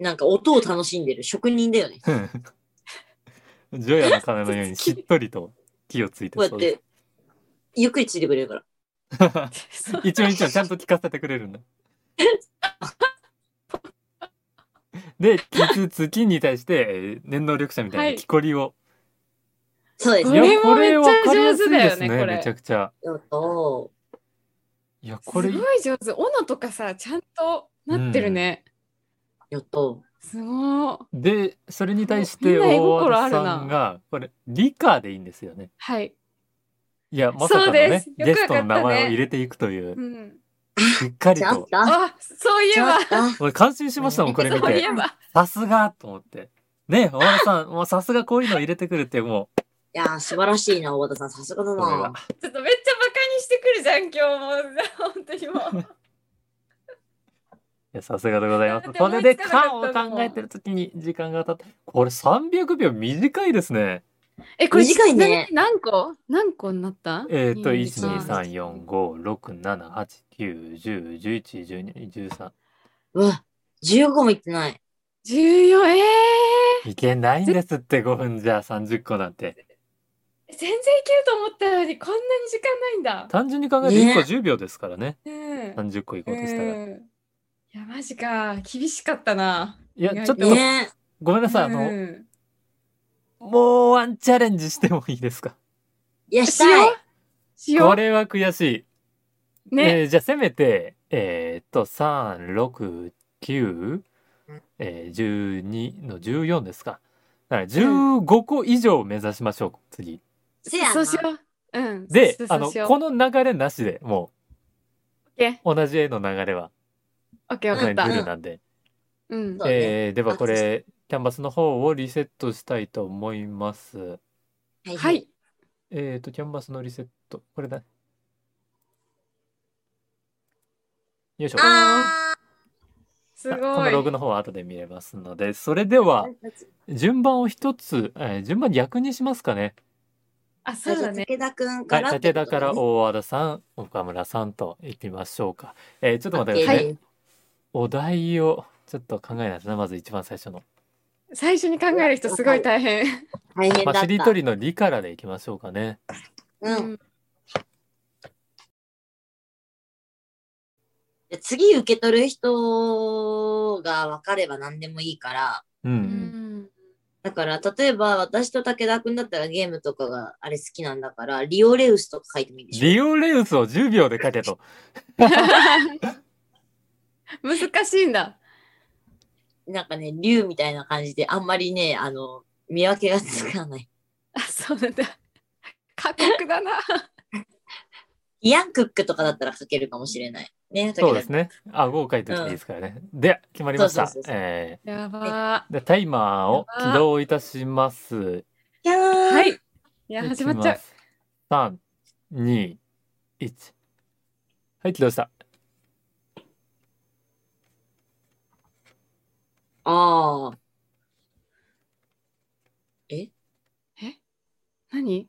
Speaker 3: なんか音を楽しんでる職人だよね。
Speaker 2: ジョヤの鐘のようにしっとりと木をついて
Speaker 3: こうや
Speaker 2: そ
Speaker 3: っ
Speaker 2: うで
Speaker 3: て、ゆっくりついてくれるから。
Speaker 2: す。
Speaker 1: そう
Speaker 2: 一応一応ちゃんと聞かせてくれるんだ。で、木つつきに対して、えー念能力者みたい
Speaker 1: は
Speaker 2: ない木こりを。
Speaker 3: そうです
Speaker 1: これ
Speaker 3: よ。
Speaker 1: もめっちゃ
Speaker 2: わかりやすいです
Speaker 1: 上手だよねこれ
Speaker 2: めちゃくちゃ。
Speaker 3: やったー
Speaker 2: いや、こ
Speaker 1: す
Speaker 2: れ、
Speaker 1: ごい上手。斧とかさ、ちゃんとなってるね。
Speaker 3: やったー
Speaker 1: すごい。
Speaker 2: で、それに対し
Speaker 1: み
Speaker 2: て
Speaker 1: んな絵
Speaker 2: 大和
Speaker 1: 心
Speaker 2: 田
Speaker 1: あるな
Speaker 2: さんが、これ、理科でいいんですよね。
Speaker 1: はい。
Speaker 2: いや、まさかの
Speaker 1: そうで
Speaker 2: ね
Speaker 1: す、よ
Speaker 2: ゲ
Speaker 1: く
Speaker 2: ス
Speaker 1: わ
Speaker 2: ト
Speaker 1: かっ
Speaker 2: の
Speaker 1: たね
Speaker 2: 名前を入れていくという
Speaker 1: う、ん。
Speaker 2: しっかり
Speaker 3: じゃあっ
Speaker 2: と。
Speaker 3: た。
Speaker 1: あ、そうい
Speaker 3: じ
Speaker 1: え
Speaker 3: ゃ
Speaker 1: ば。
Speaker 3: あった。
Speaker 2: 俺、感心しましたもん、これ見
Speaker 1: そうい
Speaker 2: て。
Speaker 1: えば。
Speaker 2: さすがと思って。ね大和田さん、もうさすがこういうの入れてくるって、も
Speaker 3: いやー、素晴らしいな、大和田さん。さすがだ
Speaker 2: う、これは
Speaker 3: な。。
Speaker 1: ちょっとめっちゃバカにしてくるじゃん、今日も。本 当にもう。
Speaker 2: いや、さすがでございます
Speaker 1: だっ。て
Speaker 2: そ
Speaker 1: 思
Speaker 2: れ
Speaker 1: いつ
Speaker 2: で、
Speaker 1: かな
Speaker 2: 缶
Speaker 1: か
Speaker 2: を
Speaker 1: ったもん
Speaker 2: 考えてるときに時間が経って、これ300秒短いですね。
Speaker 1: え、これ
Speaker 3: 短いね
Speaker 1: ちなみに何個何個になった
Speaker 2: えっと、
Speaker 1: 二
Speaker 2: 1、2、
Speaker 1: 三
Speaker 2: 3、4、5、6、7、8、9、10、11、12、13。
Speaker 3: うわ、15個もいってない。
Speaker 1: 14、え
Speaker 2: いけないんですって5分じゃ30個なんて。
Speaker 1: ー、全然いけると思ったのにこんなに時間ないんだ。
Speaker 2: 単純に考えて1個
Speaker 3: ね
Speaker 2: 10秒ですからね。
Speaker 1: うん。
Speaker 2: 30個いこうとしたら。い
Speaker 1: うんいや、マジか。厳しかったな。
Speaker 2: や、
Speaker 1: 意外
Speaker 2: ちょ
Speaker 1: と
Speaker 2: っと
Speaker 3: ね
Speaker 2: ごめんなさい。あ
Speaker 1: う
Speaker 2: の、
Speaker 1: ん
Speaker 2: もうワンチャレンジしてもいいですか
Speaker 3: いや、し
Speaker 1: したよ
Speaker 3: い。
Speaker 1: しよ
Speaker 2: こ
Speaker 1: う。
Speaker 2: れは悔しい。
Speaker 1: ね。
Speaker 2: えーじゃあせめて、えーっと、3、6、9、えー、12の14ですか。だから15個以上目指しましょう、次。
Speaker 3: せや
Speaker 1: そ
Speaker 3: な
Speaker 1: う。しよう。うん。
Speaker 2: で
Speaker 1: そう、しよ
Speaker 2: あ
Speaker 1: うそ
Speaker 2: の、
Speaker 1: うしよう
Speaker 2: この流れなしで、も
Speaker 1: オッケ
Speaker 2: う、同じ絵の流れは、
Speaker 1: ー。オッケー、わ
Speaker 2: 同
Speaker 1: か
Speaker 2: じ
Speaker 1: っ
Speaker 2: ルール
Speaker 1: た。
Speaker 2: なんで。
Speaker 1: うん。
Speaker 3: そうね
Speaker 2: えーではこ
Speaker 3: あそ
Speaker 2: れキャンバスの方をリセットしたいと思います。
Speaker 1: は。い。
Speaker 2: えっ、とキャンバスのリセットこれだ。よいしょ。こ
Speaker 3: あ
Speaker 1: すごい。
Speaker 2: のログの方は後で見れますので、それでは
Speaker 3: ー。
Speaker 2: 順番を一つ、えー順番に逆にしますかね。
Speaker 1: あ、そ
Speaker 3: 最
Speaker 1: うだ
Speaker 3: 初、
Speaker 1: ね。
Speaker 3: 武田くん
Speaker 2: は
Speaker 3: か
Speaker 2: い、
Speaker 3: ら。
Speaker 2: 武田から大和田さん、岡村さんといきましょうか。えーちょっと待ってくだ
Speaker 1: は
Speaker 2: さいね。
Speaker 1: い
Speaker 2: お題をちょっと考えないとな、まず一番最初の。
Speaker 1: 最初に考える人すごい大変。
Speaker 3: 大変だ
Speaker 2: ま
Speaker 3: っ
Speaker 2: あ、
Speaker 3: た。
Speaker 2: しりとりの理からでいきましょうかね。
Speaker 3: うん。
Speaker 1: ん。
Speaker 3: 次受け取る人が分かれば何でもいいから、
Speaker 2: う。
Speaker 1: うんん。
Speaker 3: だから、例えば、私と武田くんだったらゲームとかがあれ好きなんだから、リオレウスとか書いてもいいでしょ
Speaker 2: リオレウスを10秒で書けと。
Speaker 1: 難しいんだ。
Speaker 3: なんかね、竜みたいな感じで、あんまりね、あの、見分けがつかない。
Speaker 1: あ、そうなんだ。過酷だな。
Speaker 3: イアンクックとかだったら書けるかもしれない。ね、
Speaker 2: そうですね。顎を書いておいていいですからね。で、決まりました
Speaker 3: そうそう。そうそう
Speaker 2: え
Speaker 1: やば
Speaker 2: ー、で、タイマーを起動いたします。
Speaker 3: 武田くん。
Speaker 1: ー。
Speaker 3: は。
Speaker 1: はいい。いや、始まっちゃう。
Speaker 2: う。3、2、1。はい、起動した。
Speaker 3: ああ。
Speaker 1: 何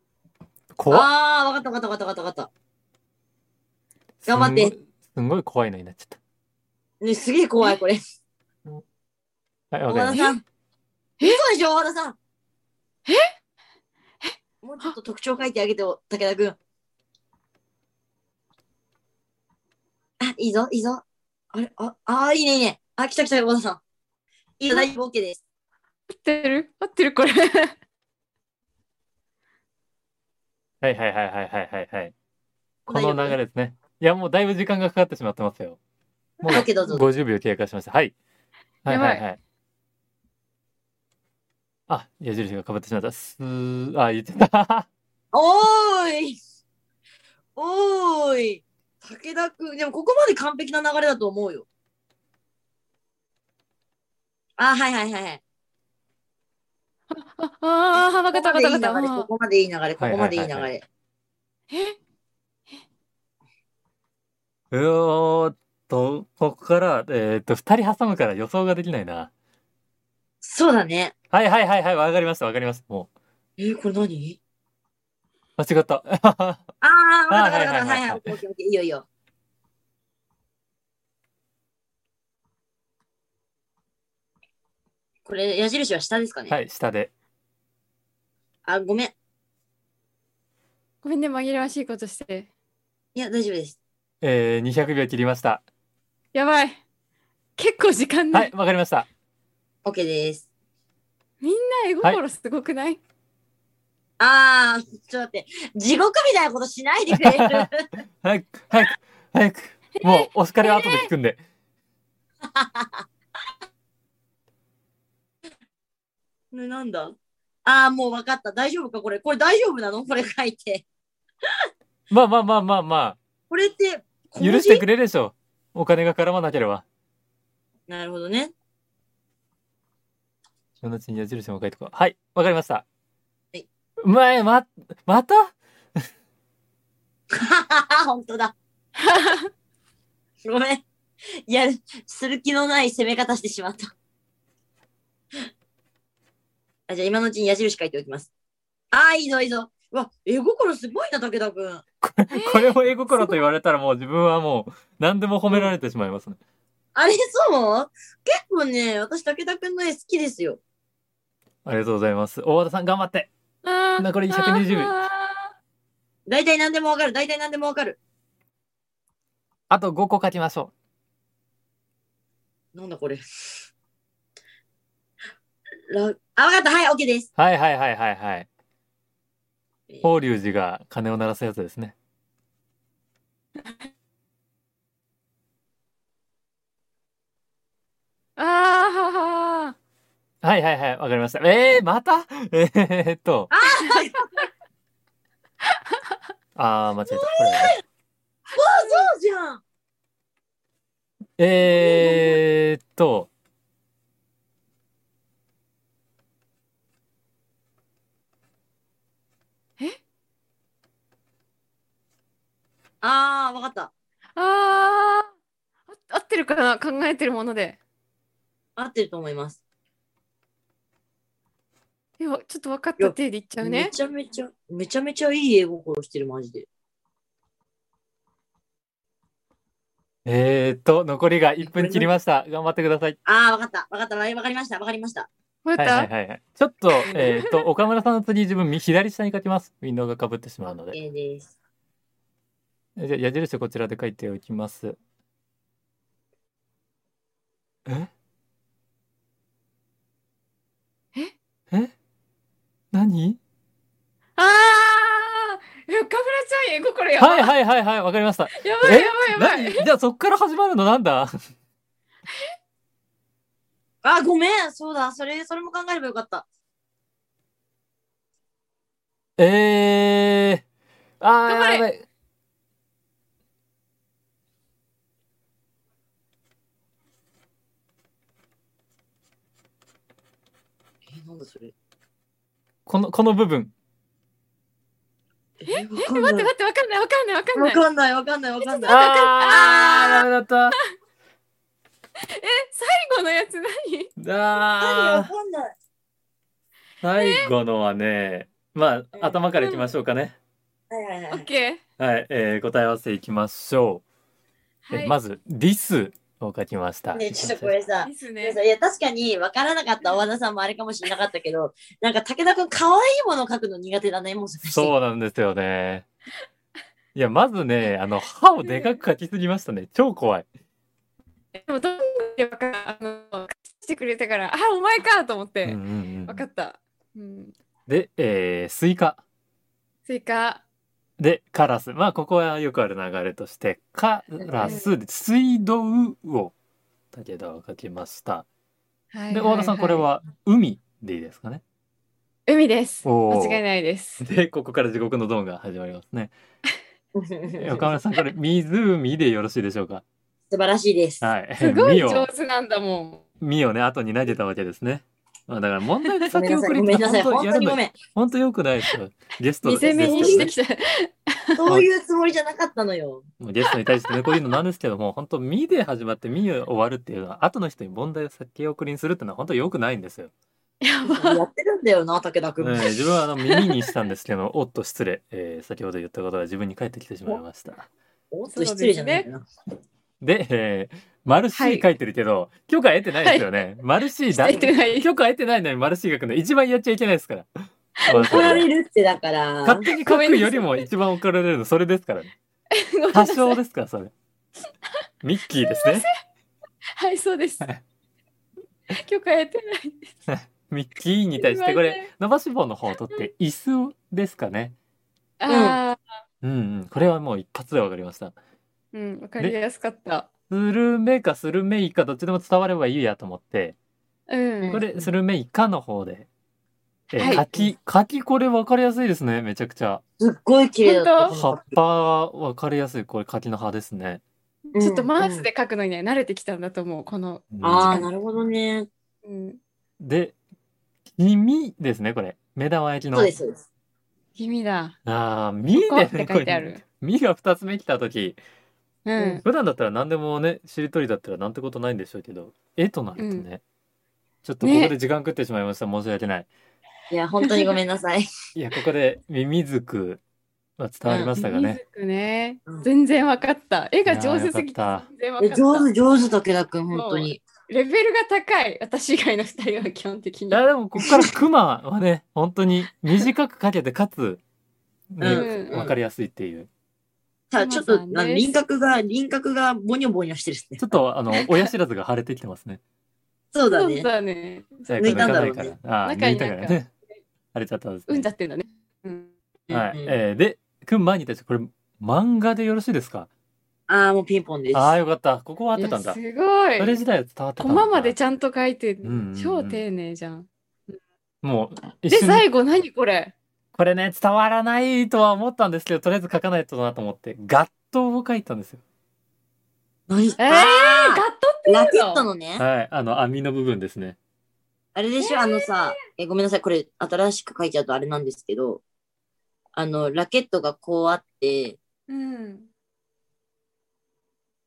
Speaker 2: 怖っ
Speaker 3: ああ、わかったわかったわかったわかった。頑張っ
Speaker 2: すん
Speaker 3: て
Speaker 2: ごいすんごい怖いのになっちゃっ
Speaker 3: ね、すげえ怖い、これ。
Speaker 2: た。はい、わ
Speaker 3: 小
Speaker 2: かりま
Speaker 3: 田
Speaker 2: し
Speaker 3: さん。
Speaker 1: え
Speaker 3: 嘘でしょ、小田さん。えもうちょっと特徴書いてあげてよ、武田くん。あ、いいぞ、いいぞ。あれ、あ、あー、いいね、いいね。あ、来た来た、小田さん。いいよ、大丈夫、OK です。
Speaker 1: 合ってる合ってる これ。
Speaker 2: た。はいはいはいはいはいはいはい。こ
Speaker 3: 大丈夫
Speaker 2: の流れですね。いや、もうだいぶ時間がかかってしまってますよ。もう
Speaker 3: OK どうぞ
Speaker 2: 50秒経過しました。はい。はいはいはい。あ、矢印がかぶってしまった。すー、あ、言ってた。
Speaker 3: おーいおーい武田くん、でもここまで完璧な流れだと思うよ。あ、はいはいはいはい。
Speaker 1: ああー、わかったわかったわか
Speaker 3: こ
Speaker 1: ったあー。
Speaker 3: こまでいい流れ、ここまでいい流れ、ここまでいい流れ。
Speaker 2: はいはいはいは
Speaker 1: え
Speaker 2: うおーっと、ここから、えーっと、二人挟むから予想ができないな。
Speaker 3: そうだね。
Speaker 2: はいはいはいはい、わかりましたわかりました。も
Speaker 3: えーこれ何
Speaker 2: う、間違った。 は
Speaker 3: ああ、わかったわかったわかった。
Speaker 2: あーはいはいはい
Speaker 3: はい
Speaker 2: はい
Speaker 3: はい、オッケーオッケーオッケーいいよいいよ。これ、矢印は下ですかね、
Speaker 2: い、下で。
Speaker 3: あ、ごめん。
Speaker 1: ごめんね、紛らわしいことして。
Speaker 3: いや、大丈夫です。
Speaker 2: えー、200秒切りました。
Speaker 1: やばい。結構時間な。
Speaker 2: はいい、わかりました。
Speaker 3: オッケーです。
Speaker 1: みんな絵心すごくない
Speaker 3: ああ、ちょっと待って。地獄みたいなことしないでくれ る。
Speaker 2: 早く、早く、早く。もう、お疲れは後で聞くんで。
Speaker 3: ね、なんだああ、もう分かった。大丈夫かこれ。これ大丈夫なのこれ書いて。
Speaker 2: まあまあまあまあま
Speaker 3: これって、
Speaker 2: あ、許して
Speaker 3: れ
Speaker 2: くれるでしょう。お金が絡まなければ。
Speaker 3: なるほどね。
Speaker 2: そのうちに矢印も書いてこう。はい、わかりました。
Speaker 3: い。
Speaker 2: 前、ま、また
Speaker 3: 本当だ。ごめん。いや、する気のない攻め方してしまった。あじゃあ今のうちに矢印書いておきます。ああ、いいぞ、いいぞ。うわ、絵心すごいな、武田くん。
Speaker 2: これを絵心と言われたらもう自分はもう何でも褒められてしまいますね。
Speaker 3: あれ、そう結構ね、私、武田くんの絵好きですよ。
Speaker 2: ありがとうございます。大和田さん頑張って。
Speaker 1: あー
Speaker 2: 残り120
Speaker 1: あ
Speaker 3: 大体何でもわかる、大体何でもわかる。
Speaker 2: あと5個書きましょ
Speaker 3: なんだこれ。ラあ、わかった。はい、OK です。
Speaker 2: う。はいはいはいはいはい。
Speaker 3: えー
Speaker 2: 法隆寺が鐘を鳴らすやつですね。
Speaker 1: ーあー
Speaker 2: はいはいはい、わかりました。えー、また えーっと。 あー、間違えた。これはね
Speaker 3: そうじゃん
Speaker 2: えーっと。
Speaker 3: あー、わかった。
Speaker 1: あーあ合ってるかな考えてるもので。
Speaker 3: 合ってると思います。
Speaker 1: いやちょっと分かった手で言っちゃう
Speaker 3: め
Speaker 1: ね。
Speaker 3: ちゃめちゃ、めちゃめちゃいい絵心してる、マジで。
Speaker 2: えーっと、残りが1分切りました。頑張ってください。
Speaker 3: あー、わかった。わかった。わわかりました。わかりました。
Speaker 1: わ
Speaker 2: は
Speaker 1: か
Speaker 2: い
Speaker 1: っ
Speaker 2: はい
Speaker 1: た
Speaker 2: はいはい。ちょっと、えーっと、 岡村さんの次自分、み左下に書きます。ウィンドウが被ってしまうので。
Speaker 3: えーです。
Speaker 2: じゃあ矢印こちらで書いておきます。え
Speaker 1: え
Speaker 2: え何
Speaker 1: あー岡村ちゃん絵心やば
Speaker 2: はい
Speaker 1: い、
Speaker 2: はいはいはい、わかりました。
Speaker 1: やばいやばいやばい
Speaker 2: 何じゃあそっから始まるのなんだ
Speaker 3: あ、ごめん。そうだ。それ、それも考えればよかった。
Speaker 2: えー。あ
Speaker 1: 頑張
Speaker 2: ー、
Speaker 1: れ
Speaker 2: やばい。
Speaker 3: え、なんだそれ。
Speaker 2: この、この部分。
Speaker 3: え、わか
Speaker 1: え
Speaker 3: ん
Speaker 1: 待
Speaker 3: な
Speaker 1: って
Speaker 3: い。
Speaker 1: 待ってわかんないわかんないわかんない
Speaker 3: わかんない、わかんない、わかんない。
Speaker 2: あー、ダメだった。
Speaker 1: え最後のやつ何
Speaker 3: 何わ
Speaker 2: あ
Speaker 3: かんない。
Speaker 2: ー、最後のはね、まあ、頭からいきましょうかね。
Speaker 3: はいはいは
Speaker 1: オッ
Speaker 3: い。
Speaker 1: ケ
Speaker 2: はい、えー、答え合わせいきましょう。
Speaker 1: ーは
Speaker 2: え
Speaker 1: い
Speaker 2: ーまず、リスを書きました。
Speaker 3: ね、ちょっとこれさ
Speaker 1: で。す
Speaker 3: いや
Speaker 1: ね
Speaker 3: いや確かに分からなかった和田さんもあれかもしれなかったけど、なんか武田君可愛いものを描くの苦手だね、もうそ
Speaker 2: そうなんですよね。いや、まずね、あの、歯をでかく書きすぎましたね。超怖い。
Speaker 1: でもどんどんやっぱあのしてくれたからあお前かと思っ
Speaker 2: うんう
Speaker 1: て
Speaker 2: んう
Speaker 1: わ
Speaker 2: ん
Speaker 1: かったうん
Speaker 2: で、えースイカ。
Speaker 1: スイカ
Speaker 2: で、カラス。まあ、ここはよくある流れとして、カラス、水道を武田は書きました。
Speaker 1: はい
Speaker 2: で、
Speaker 1: はい
Speaker 2: 大田さん、これは海でいいですかね。
Speaker 1: い海です
Speaker 2: お
Speaker 1: 間
Speaker 2: ー
Speaker 1: 違いないです
Speaker 2: で、ここから地獄のドーンが始まりますね。
Speaker 3: う。
Speaker 2: え岡村さん、これ、湖でよろしいでしょうか。
Speaker 3: 素晴らしいです。
Speaker 2: はい。
Speaker 1: すごい
Speaker 2: み
Speaker 1: 上
Speaker 2: を、
Speaker 1: 手なんだもん
Speaker 2: みをね、後に投げたわけですね。まあ、だから問題で
Speaker 3: ごめん
Speaker 2: 先
Speaker 3: なさ
Speaker 2: 送
Speaker 3: い、
Speaker 2: り
Speaker 3: ごめんなさい、本当にごめ
Speaker 2: ん。
Speaker 3: ん。
Speaker 2: 本当よくないですよ。ゲスト
Speaker 1: 見せ目にしてきた
Speaker 3: そういうつもりじゃなかったのよ。
Speaker 2: もうゲストに対してね、こういうのなんですけども、本当みで始まってみを終わるっていうのは、後の人に問題を先送りにするっていうのは本当よくないんですよ。
Speaker 1: やば
Speaker 3: やってるんだよな、武田
Speaker 2: え
Speaker 3: 君。
Speaker 2: ー自分はあの耳にしたんですけど、 おっと失礼、えー先ほど言ったことが自分に返ってきてしまいました。
Speaker 3: おっと失礼じゃないかな。
Speaker 2: で、えー、マルシ
Speaker 1: はい
Speaker 2: ー書いてるけど、許可得てないですよね。マルシーだ
Speaker 1: 出てない
Speaker 2: 許可得てないのにマルシー書くの一番やっちゃいけないですから。
Speaker 3: 怒られるってだから。
Speaker 2: 勝手に書くよりも一番怒られるのそれですからね。
Speaker 1: ごめん
Speaker 2: 多
Speaker 1: なさい
Speaker 2: 少ですから、それ。ミッキーですね。
Speaker 1: はいそうです
Speaker 2: はい
Speaker 1: 許可得てない
Speaker 2: ミッキーに対してこれ伸ばし棒の方を取って椅子ですかね。
Speaker 1: あ
Speaker 2: うんうん。これはもう一発でわかりました。
Speaker 1: ーうんわかりやすかった
Speaker 2: スルメかスルメイかどっちでも伝わればいいやと思って、
Speaker 1: うん
Speaker 2: これスルメイカの方で。え、
Speaker 1: はい
Speaker 2: 柿、柿これわかりやすいですね。めちゃくちゃ。
Speaker 3: すっごい綺麗だっ
Speaker 1: 本
Speaker 2: 葉っぱがわかりやすい。これ柿の葉ですね。
Speaker 3: た。
Speaker 1: ちょっとマウス
Speaker 3: で。
Speaker 1: で書くのにね慣れてきたんだと思うこの
Speaker 2: うん
Speaker 3: ああ、なるほどね。
Speaker 1: うん
Speaker 2: で、黄身ですね、これ。目玉焼きの。
Speaker 3: そうです、そうです。
Speaker 1: 意味だ
Speaker 2: ああ、身
Speaker 1: ここっ
Speaker 2: です
Speaker 1: て
Speaker 2: ね、
Speaker 1: 書いてある
Speaker 2: 身が2つ目来た時
Speaker 1: うん
Speaker 2: 普段だったら何でもねしりとりだったらなんてことないんでしょうけど絵となるとね、ちょっとここ
Speaker 1: ね
Speaker 2: で時間食ってしまいました、申し訳ない
Speaker 3: いや、本当にごめんな さい。
Speaker 2: いやここで「ミミズク」は伝わりましたかね、
Speaker 1: 水くね
Speaker 3: うん
Speaker 1: 全然わかった。絵が上手すぎて
Speaker 2: いやーよかった
Speaker 1: 全然わかっ
Speaker 3: え
Speaker 1: た。
Speaker 3: 上手、上手、武田君、本当に。
Speaker 1: レベルが高い。私以外の二人は基本的に。
Speaker 2: いやでもここから「クマ」はね本当に短くかけてかつ、ね
Speaker 1: うん
Speaker 2: 分かりやすいっていう
Speaker 3: ただ、ちょっと、あ
Speaker 1: そうなんです
Speaker 3: の輪郭が、輪郭がボニョボニョしてるっすね
Speaker 2: ちょっとあの親知らずが腫れてきてますね
Speaker 3: そうだ
Speaker 1: そう
Speaker 3: ね。
Speaker 1: だね。
Speaker 2: え
Speaker 3: 抜いたんだろ
Speaker 2: こ
Speaker 3: う
Speaker 2: れ
Speaker 3: ね
Speaker 2: 抜かないからああ
Speaker 1: 中
Speaker 2: 抜
Speaker 1: に
Speaker 2: いたから
Speaker 1: な
Speaker 2: ね腫れちゃったんです、ね
Speaker 1: うんだってんだね。うん。
Speaker 2: はい
Speaker 3: うんうん
Speaker 2: えーで「クマ」に対してこれ漫画でよろしいですか
Speaker 3: ああ、もうピンポンです。
Speaker 2: ああよかったここは合ってたんだ
Speaker 1: いやすご
Speaker 2: それ
Speaker 1: い。
Speaker 2: 自体は伝わってた
Speaker 1: コ
Speaker 2: んだ
Speaker 1: マまでちゃんと書いてる
Speaker 2: うんうんうん
Speaker 1: 超丁寧じゃん。
Speaker 2: もう一
Speaker 1: で
Speaker 2: 瞬
Speaker 1: 最後何これ。
Speaker 2: これね伝わらないとは思ったんですけどとりあえず書かないとなと思ってガットを書いたんですよ
Speaker 3: 何
Speaker 1: えーガッ
Speaker 3: あ
Speaker 1: トって
Speaker 3: ー
Speaker 1: 言う
Speaker 3: ラケット
Speaker 1: の。
Speaker 3: のね、
Speaker 2: はいあの網の部分ですね
Speaker 3: あれでしょ、あのさ、え、ごめんなさい、これ、新しく書いちゃうとあれなんですけど、あの、ラケットがこうあって、
Speaker 1: うん。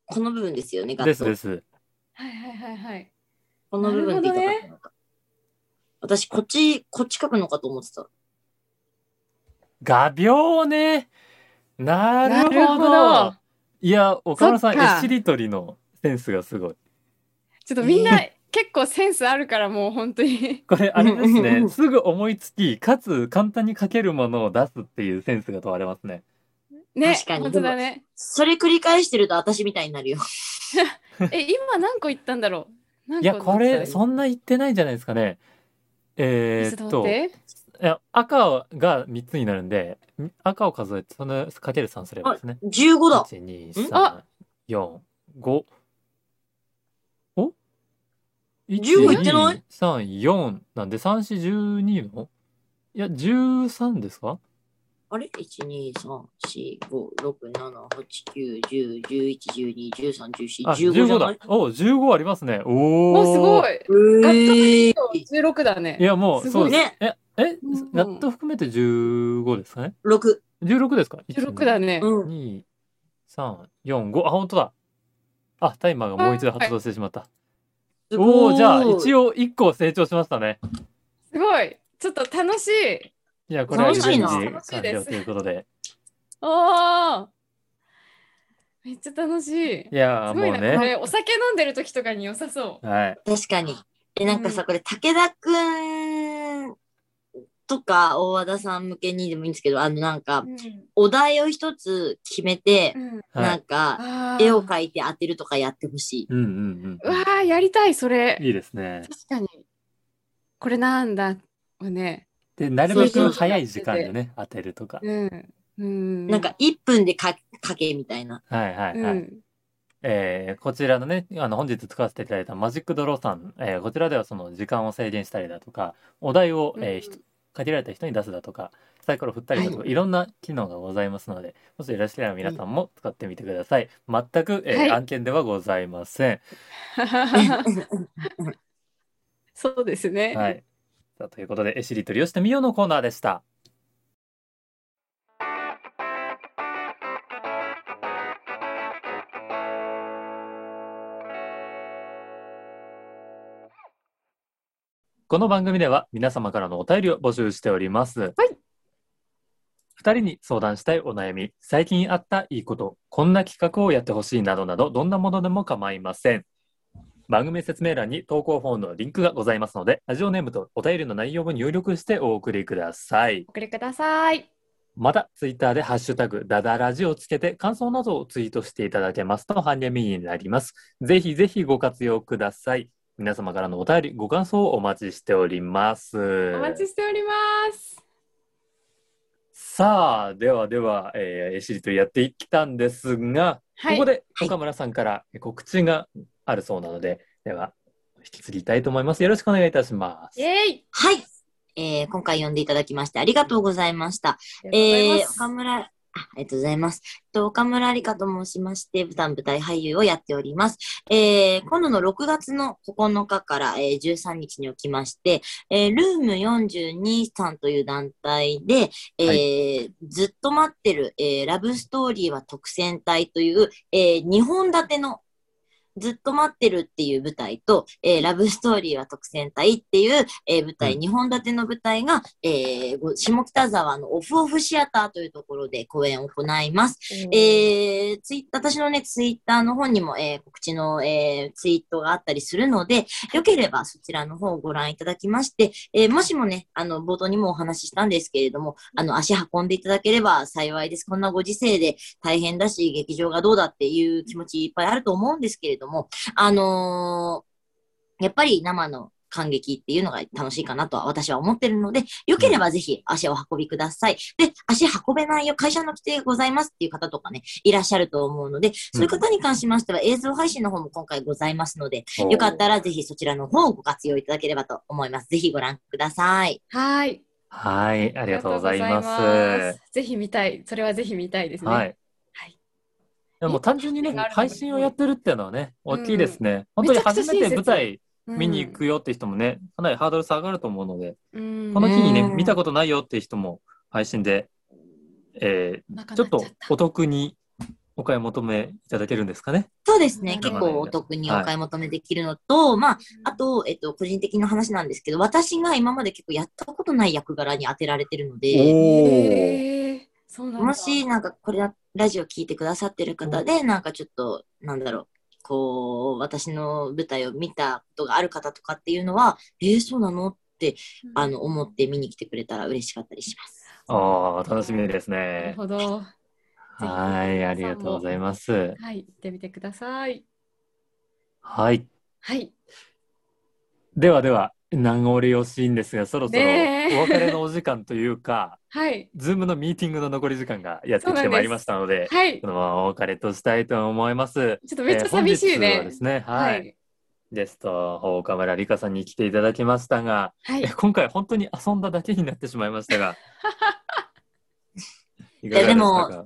Speaker 3: この部分ですよね、ガッ
Speaker 2: です
Speaker 3: ト。
Speaker 2: です
Speaker 1: はいはいはいはい。
Speaker 3: この部分って言いたかったのか。私、こっち、こっち書くのかと思ってた。
Speaker 2: 画鋲ねなるほど
Speaker 1: なるほど
Speaker 2: いや岡村さ
Speaker 1: そっか
Speaker 2: ん絵しりとりのセンスがすごい
Speaker 1: ちょっとみんな結構センスあるからもう 本当に。
Speaker 2: これあれで
Speaker 3: う
Speaker 2: す
Speaker 3: んうんう
Speaker 2: ね
Speaker 3: ん
Speaker 2: すぐ思いつきかつ簡単に書けるものを出すっていうセンスが問われますね
Speaker 1: ね。
Speaker 3: 確かに
Speaker 1: 本当だね。
Speaker 3: それ繰り返してると私みたいになるよ。
Speaker 1: え今何個言ったんだろう。何
Speaker 2: い
Speaker 1: 個
Speaker 2: やこ
Speaker 1: だったら
Speaker 2: れそんな言ってないんじゃないですかねえ
Speaker 1: ち
Speaker 2: ー
Speaker 1: ょ
Speaker 2: っ
Speaker 1: っと
Speaker 2: と
Speaker 1: 待って
Speaker 2: いや赤が3つになるんでん赤を数えてそのかける3すればですね
Speaker 3: 15だ。
Speaker 2: 1 2
Speaker 3: ん
Speaker 2: 3 4 5お
Speaker 3: 15いってない
Speaker 2: ?1,2,3,4 なんで3,4,12のいや13ですか
Speaker 3: あれ ?1、2、3、4、5、6、7、8、9、10、11、12、13、14、
Speaker 2: あ
Speaker 3: 15じゃ
Speaker 2: 15
Speaker 3: ない
Speaker 2: だお15ありますねお
Speaker 1: おすご
Speaker 2: い
Speaker 1: い。
Speaker 3: えー、
Speaker 1: 16だね。
Speaker 2: いやもう
Speaker 1: す
Speaker 2: そ
Speaker 1: ご
Speaker 2: う
Speaker 1: い
Speaker 2: です
Speaker 3: ね。
Speaker 2: ええ
Speaker 1: うん
Speaker 2: やっと含めて15ですかね
Speaker 3: 6。
Speaker 2: 16ですか
Speaker 1: 16だね。
Speaker 3: うん。
Speaker 2: 2、3、4、5。あ、本当だ。あ、タイマーがもう一度発動してしまった。お
Speaker 3: すご
Speaker 2: お
Speaker 3: い
Speaker 2: ーじゃあ、一応1個成長しましたね。
Speaker 1: すごい。ちょっと楽しい。
Speaker 2: じゃあ、これはリベンジ
Speaker 1: 楽しい
Speaker 2: 完
Speaker 1: な
Speaker 2: 了ということで。
Speaker 1: おお。めっちゃ楽しい。
Speaker 2: いや
Speaker 1: す
Speaker 2: ー、
Speaker 1: ごい
Speaker 2: もう
Speaker 1: な、こ
Speaker 2: ね。
Speaker 1: れお酒飲んでる時とかに良さそう。
Speaker 2: はい。
Speaker 3: 確かに。え、なんか
Speaker 1: う
Speaker 3: さ、
Speaker 1: ん
Speaker 3: これ、武田くんとか、大和田さん向けにでもいいんですけど、あの、なんか、お題を一つ決めて、
Speaker 2: は
Speaker 3: ないん。か、
Speaker 1: あー
Speaker 3: 絵を描いて当てるとかやってほしい。
Speaker 2: うんうん
Speaker 1: うわーやりたいそれ
Speaker 2: うん。いいですね。
Speaker 1: 確かにこれなんだをね
Speaker 2: で、なるべ
Speaker 3: そ
Speaker 2: く
Speaker 3: うそう
Speaker 2: 早い時間でね、当てるとか。
Speaker 1: うんうん
Speaker 3: なんか、1分で描描けみたい な。
Speaker 2: はいは
Speaker 1: う
Speaker 2: いはい。
Speaker 1: ん
Speaker 2: えーこちらのね、あの本日使わせていただいたマジックドローさん、えーこちらではその時間を制限したりだとか、お題を、えーひと限られた人に出すだとか、サイコロ振ったりだとか、、
Speaker 3: はい
Speaker 2: ろんな機能がございますので、もしいらっしゃれば皆さんも使ってみてください。全く、えー
Speaker 1: はい
Speaker 2: 案件ではございません。
Speaker 1: そうですね
Speaker 2: はい。さあということで、えしりとりをしてみようのコーナーでした。この番組では皆様からのお便りを募集しております。はい。二人に相談したいお悩み、最近あったいいこと、こんな企画をやってほしいなどなど、どんなものでも構いません。番組説明欄に投稿フォームのリンクがございますので、ラジオネームとお便りの内容を入力してお送りください。
Speaker 1: お送りください
Speaker 2: また、ツイッターでハッシュタグ、ダダラジをつけて、感想などをツイートしていただけますと、励みになります。ぜひぜひご活用ください。皆様からのお便り、ご感想をお待ちしております。
Speaker 1: お待ちしております
Speaker 2: さあ、ではでは、えー、しりとりやってきたんですが、
Speaker 1: はい
Speaker 2: ここで
Speaker 3: はい
Speaker 2: 岡村さんから告知があるそうなので、では、引き継ぎたいと思います。よろしくお願いいたします。
Speaker 1: イエーイ
Speaker 3: はい。えー今回呼んでいただきましてありがとうございました。
Speaker 1: あり
Speaker 3: えー
Speaker 1: がとうござい
Speaker 3: 岡
Speaker 1: ます
Speaker 3: 村、あありがとうございます。えっと岡村理香と申しまして、舞台舞台俳優をやっております。えー今度の6月の9日から、えー13日におきまして、えールーム42さんという団体で、えー
Speaker 2: は
Speaker 3: ずっと待ってる、えーラブストーリーは特選隊という、え2本立てのずっと待ってるっていう舞台と、えーラブストーリーは特選隊っていう、えー舞台、
Speaker 2: う
Speaker 3: 2本立ての舞台が、えーご下北沢のオフオフシアターというところで公演を行います。えー、ツイッター私のね、ツイッターの方にも、えー告知の、えーツイートがあったりするので、よければそちらの方をご覧いただきまして、えーもしもね、あの、冒頭にもお話ししたんですけれども、あの、足運んでいただければ幸いです。こんなご時世で大変だし、劇場がどうだっていう気持ちいっぱいあると思うんですけれども、あのーやっぱり生の感激っていうのが楽しいかなとは私は思ってるので、よければぜひ足を運びください。で、足運べないよ、会社の規定がございますっていう方とかね、いらっしゃると思うので、そういう方に関しましては映像配信の方も今回ございますので、よかったらぜひそちらの方をご活用いただければと思います。ぜひご覧ください。
Speaker 1: はい
Speaker 2: はい、あ
Speaker 1: あ
Speaker 2: りがとうございます。
Speaker 1: すぜひ見たいそれはぜひ見たいですね
Speaker 2: はい。
Speaker 1: はい
Speaker 2: でも単純にね
Speaker 1: いいですね、
Speaker 2: 配信をやってるっていうのはね、
Speaker 1: うん
Speaker 2: 大きいですね。本当に初めて舞台
Speaker 1: うん
Speaker 2: 見に行くよって人もね、かなりハードル下がると思うので、
Speaker 1: うん
Speaker 2: この日にね、
Speaker 3: うん
Speaker 2: 見たことないよっていう人も配信で、え
Speaker 1: な
Speaker 2: ー
Speaker 1: く
Speaker 2: ち
Speaker 1: な
Speaker 2: ょっとお得にお買い求めいただけるんですかね。
Speaker 3: そうです
Speaker 1: う
Speaker 3: ね
Speaker 1: ん。
Speaker 3: 結構お得にお買い求めできるのと、まあ、あと、えっと、個人的な話なんですけど、私が今まで結構やったことない役柄に当てられてるので、
Speaker 2: お
Speaker 1: へーそうなんだ
Speaker 3: もし、なんか、これだ、ラジオ聞いてくださってる方で、なんかちょっと、なんだろう、こう、私の舞台を見たことがある方とかっていうのは、えー、そうなのって、あの、思って見に来てくれたら嬉しかったりします。
Speaker 2: おー楽しみです
Speaker 1: なる
Speaker 2: ね。
Speaker 1: ほどど
Speaker 2: はい、ありがとうございます。
Speaker 1: はい、行ってみてください。
Speaker 2: はい。
Speaker 1: はい。
Speaker 2: ではでは、名残惜しいんですが、そろそろお
Speaker 1: ねえ
Speaker 2: 別れのお時間というか、
Speaker 1: はい。
Speaker 2: ズームのミーティングの残り時間がやってきてまいりましたので、
Speaker 1: はい
Speaker 2: こ。のままお別れとしたいと思います。
Speaker 1: ちょっとめっちゃ寂しい
Speaker 2: えー本日は
Speaker 1: ね
Speaker 2: で。すね、はい。
Speaker 1: はい。
Speaker 2: ゲスト、岡村理香さんに来ていただきましたが、
Speaker 1: はい
Speaker 2: え 今回本当に遊んだだけになってしまいました が。 いかが
Speaker 3: や
Speaker 2: で
Speaker 3: で
Speaker 2: した
Speaker 3: も
Speaker 2: か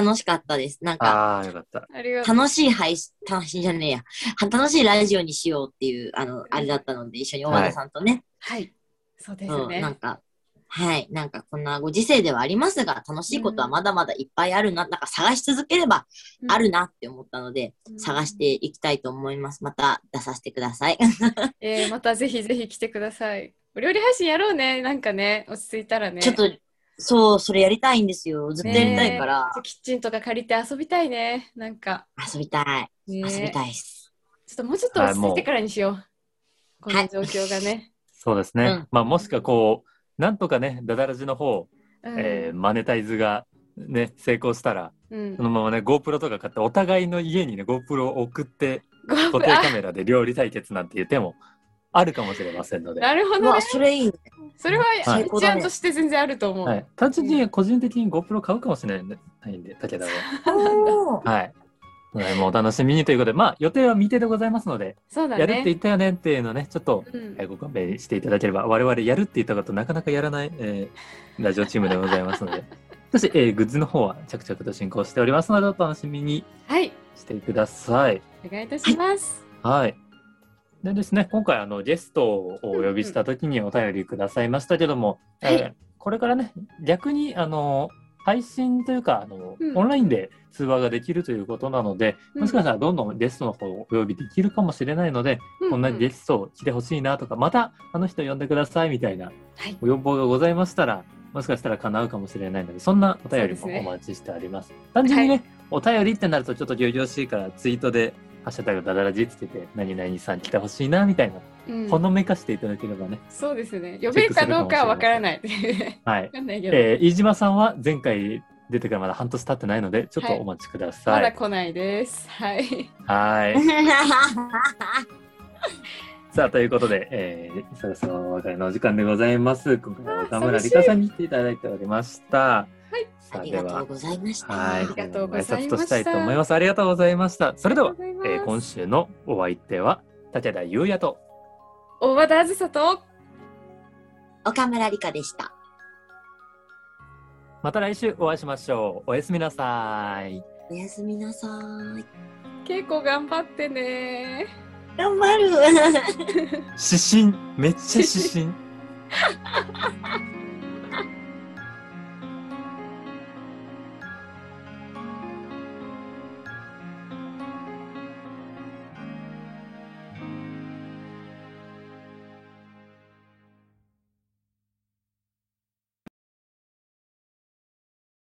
Speaker 3: 楽しかったです。なんか、
Speaker 2: ああ、よかった。
Speaker 1: ありがとう。
Speaker 3: 楽しい配信、楽しいじゃねえや。は楽しいラジオにしようっていう、あの、あれだったので、一緒に大和田さんとね、
Speaker 1: はい。そうです
Speaker 3: うん、なん
Speaker 1: ね。
Speaker 3: か、はい、なんかこんなご時世ではありますが、楽しいことはまだまだいっぱいあるな、なんか探し続ければあるなって思ったので、
Speaker 1: うん
Speaker 3: 探し。ていきたいと思います。また出させてください。
Speaker 1: えーまたぜひぜひ来てください。お料理配信やろうね。なんかね、落ち着いたらね。
Speaker 3: ちょっと、そう、それやりたいんですよ。ずっとやりたいから、
Speaker 1: キッチンとか借りて遊びたいね。なんか。
Speaker 3: 遊びたい。
Speaker 1: ね
Speaker 3: 遊び
Speaker 1: ちょ
Speaker 3: たいです。
Speaker 1: っともうちょっと落ち着いてからにしよう。こ
Speaker 3: いも
Speaker 1: の
Speaker 3: う
Speaker 1: 状況がね。
Speaker 2: そうですね。
Speaker 3: うん
Speaker 2: まあ、もしかこう、なんとかね、ダダラジの方、
Speaker 1: うん
Speaker 2: えーマネタイズが、ね、成功したら、
Speaker 1: うん
Speaker 2: そ。のままね、GoPro とか買って、お互いの家にね、GoPro を送って、
Speaker 1: ごめん
Speaker 2: 固定カメラで料理対決なんていう手もあるかもしれませんの
Speaker 1: あ
Speaker 2: で。
Speaker 1: なるほ
Speaker 3: う
Speaker 1: ど
Speaker 3: わ、
Speaker 1: ね。
Speaker 3: それいいね。
Speaker 1: それは
Speaker 2: はい
Speaker 1: 一案として全然あると思う。
Speaker 2: はい、単純に個人的に GoPro 買うかもしれないんでないんで、武田は。
Speaker 3: おー
Speaker 2: はい。ねもうお楽しみにということで、まあ予定は未定でございますので、
Speaker 1: そうだ
Speaker 2: やるって言
Speaker 1: ね。
Speaker 2: ったよねっていうのをね、ちょっと、
Speaker 1: うん
Speaker 2: えーご勘弁していただければ、我々やるって言ったことなかなかやらない、えーラジオチームでございますの で、そして、えーグッズの方は着々と進行しておりますので、お楽しみに
Speaker 1: はい。
Speaker 2: してください。
Speaker 1: お願いいたします。
Speaker 2: はい。でですね、今回あのゲストをお呼びした時にお便りくださいましたけども、
Speaker 1: はい
Speaker 2: えーこれからね逆にあの配信というかあの、
Speaker 1: うん
Speaker 2: オンラインで通話ができるということなので、
Speaker 1: うん
Speaker 2: もしかしたらどんどんゲストの方をお呼びできるかもしれないので、こんなゲ
Speaker 1: す。
Speaker 2: ストを来てほしいなとかまたあの人呼んでくださいみたいな
Speaker 1: はい。
Speaker 2: ご要望がございましたらもしかしたら叶うかもしれないのでそんなお便り
Speaker 1: そうですね
Speaker 2: もお待ちしております単純にね、お便りってなるとちょっと々しいからツイートで「ハッシュタグダダラジ」つけて「何々さん来てほしいな」みたいな、
Speaker 1: うん
Speaker 2: ほのめかしていただければね
Speaker 1: そうですね。呼べるかどうかはわからない。 わ
Speaker 2: はい、
Speaker 1: かんないけど。
Speaker 2: えー飯島さんは前回出てからまだ半年経ってないのでちょっと
Speaker 1: はい
Speaker 2: お待ちくださ
Speaker 1: ま
Speaker 2: い、
Speaker 1: だ来ないです。はい。
Speaker 2: はい さあということで、えーそろそろお別れのお時間でございます今回は岡村理香さんに来ていただいておりましたはいさ
Speaker 3: あ
Speaker 2: あ
Speaker 3: り
Speaker 2: で
Speaker 3: が
Speaker 2: は
Speaker 3: とうございました。
Speaker 2: は
Speaker 1: あ
Speaker 2: い、
Speaker 1: りがとうございました
Speaker 2: 挨拶としたいと思います。ありがとうございました。それでは、
Speaker 1: ありがとうござ
Speaker 2: え
Speaker 1: います
Speaker 2: ー今週のお相手は武田優也と
Speaker 1: 大和田あずさと。
Speaker 3: 岡村理香でした。
Speaker 2: また来週お会いしましょう。おやすみなさい。
Speaker 3: おやすみなさーい。
Speaker 1: 結構頑張ってね
Speaker 3: 頑張る。
Speaker 2: 指針めっちゃ指針。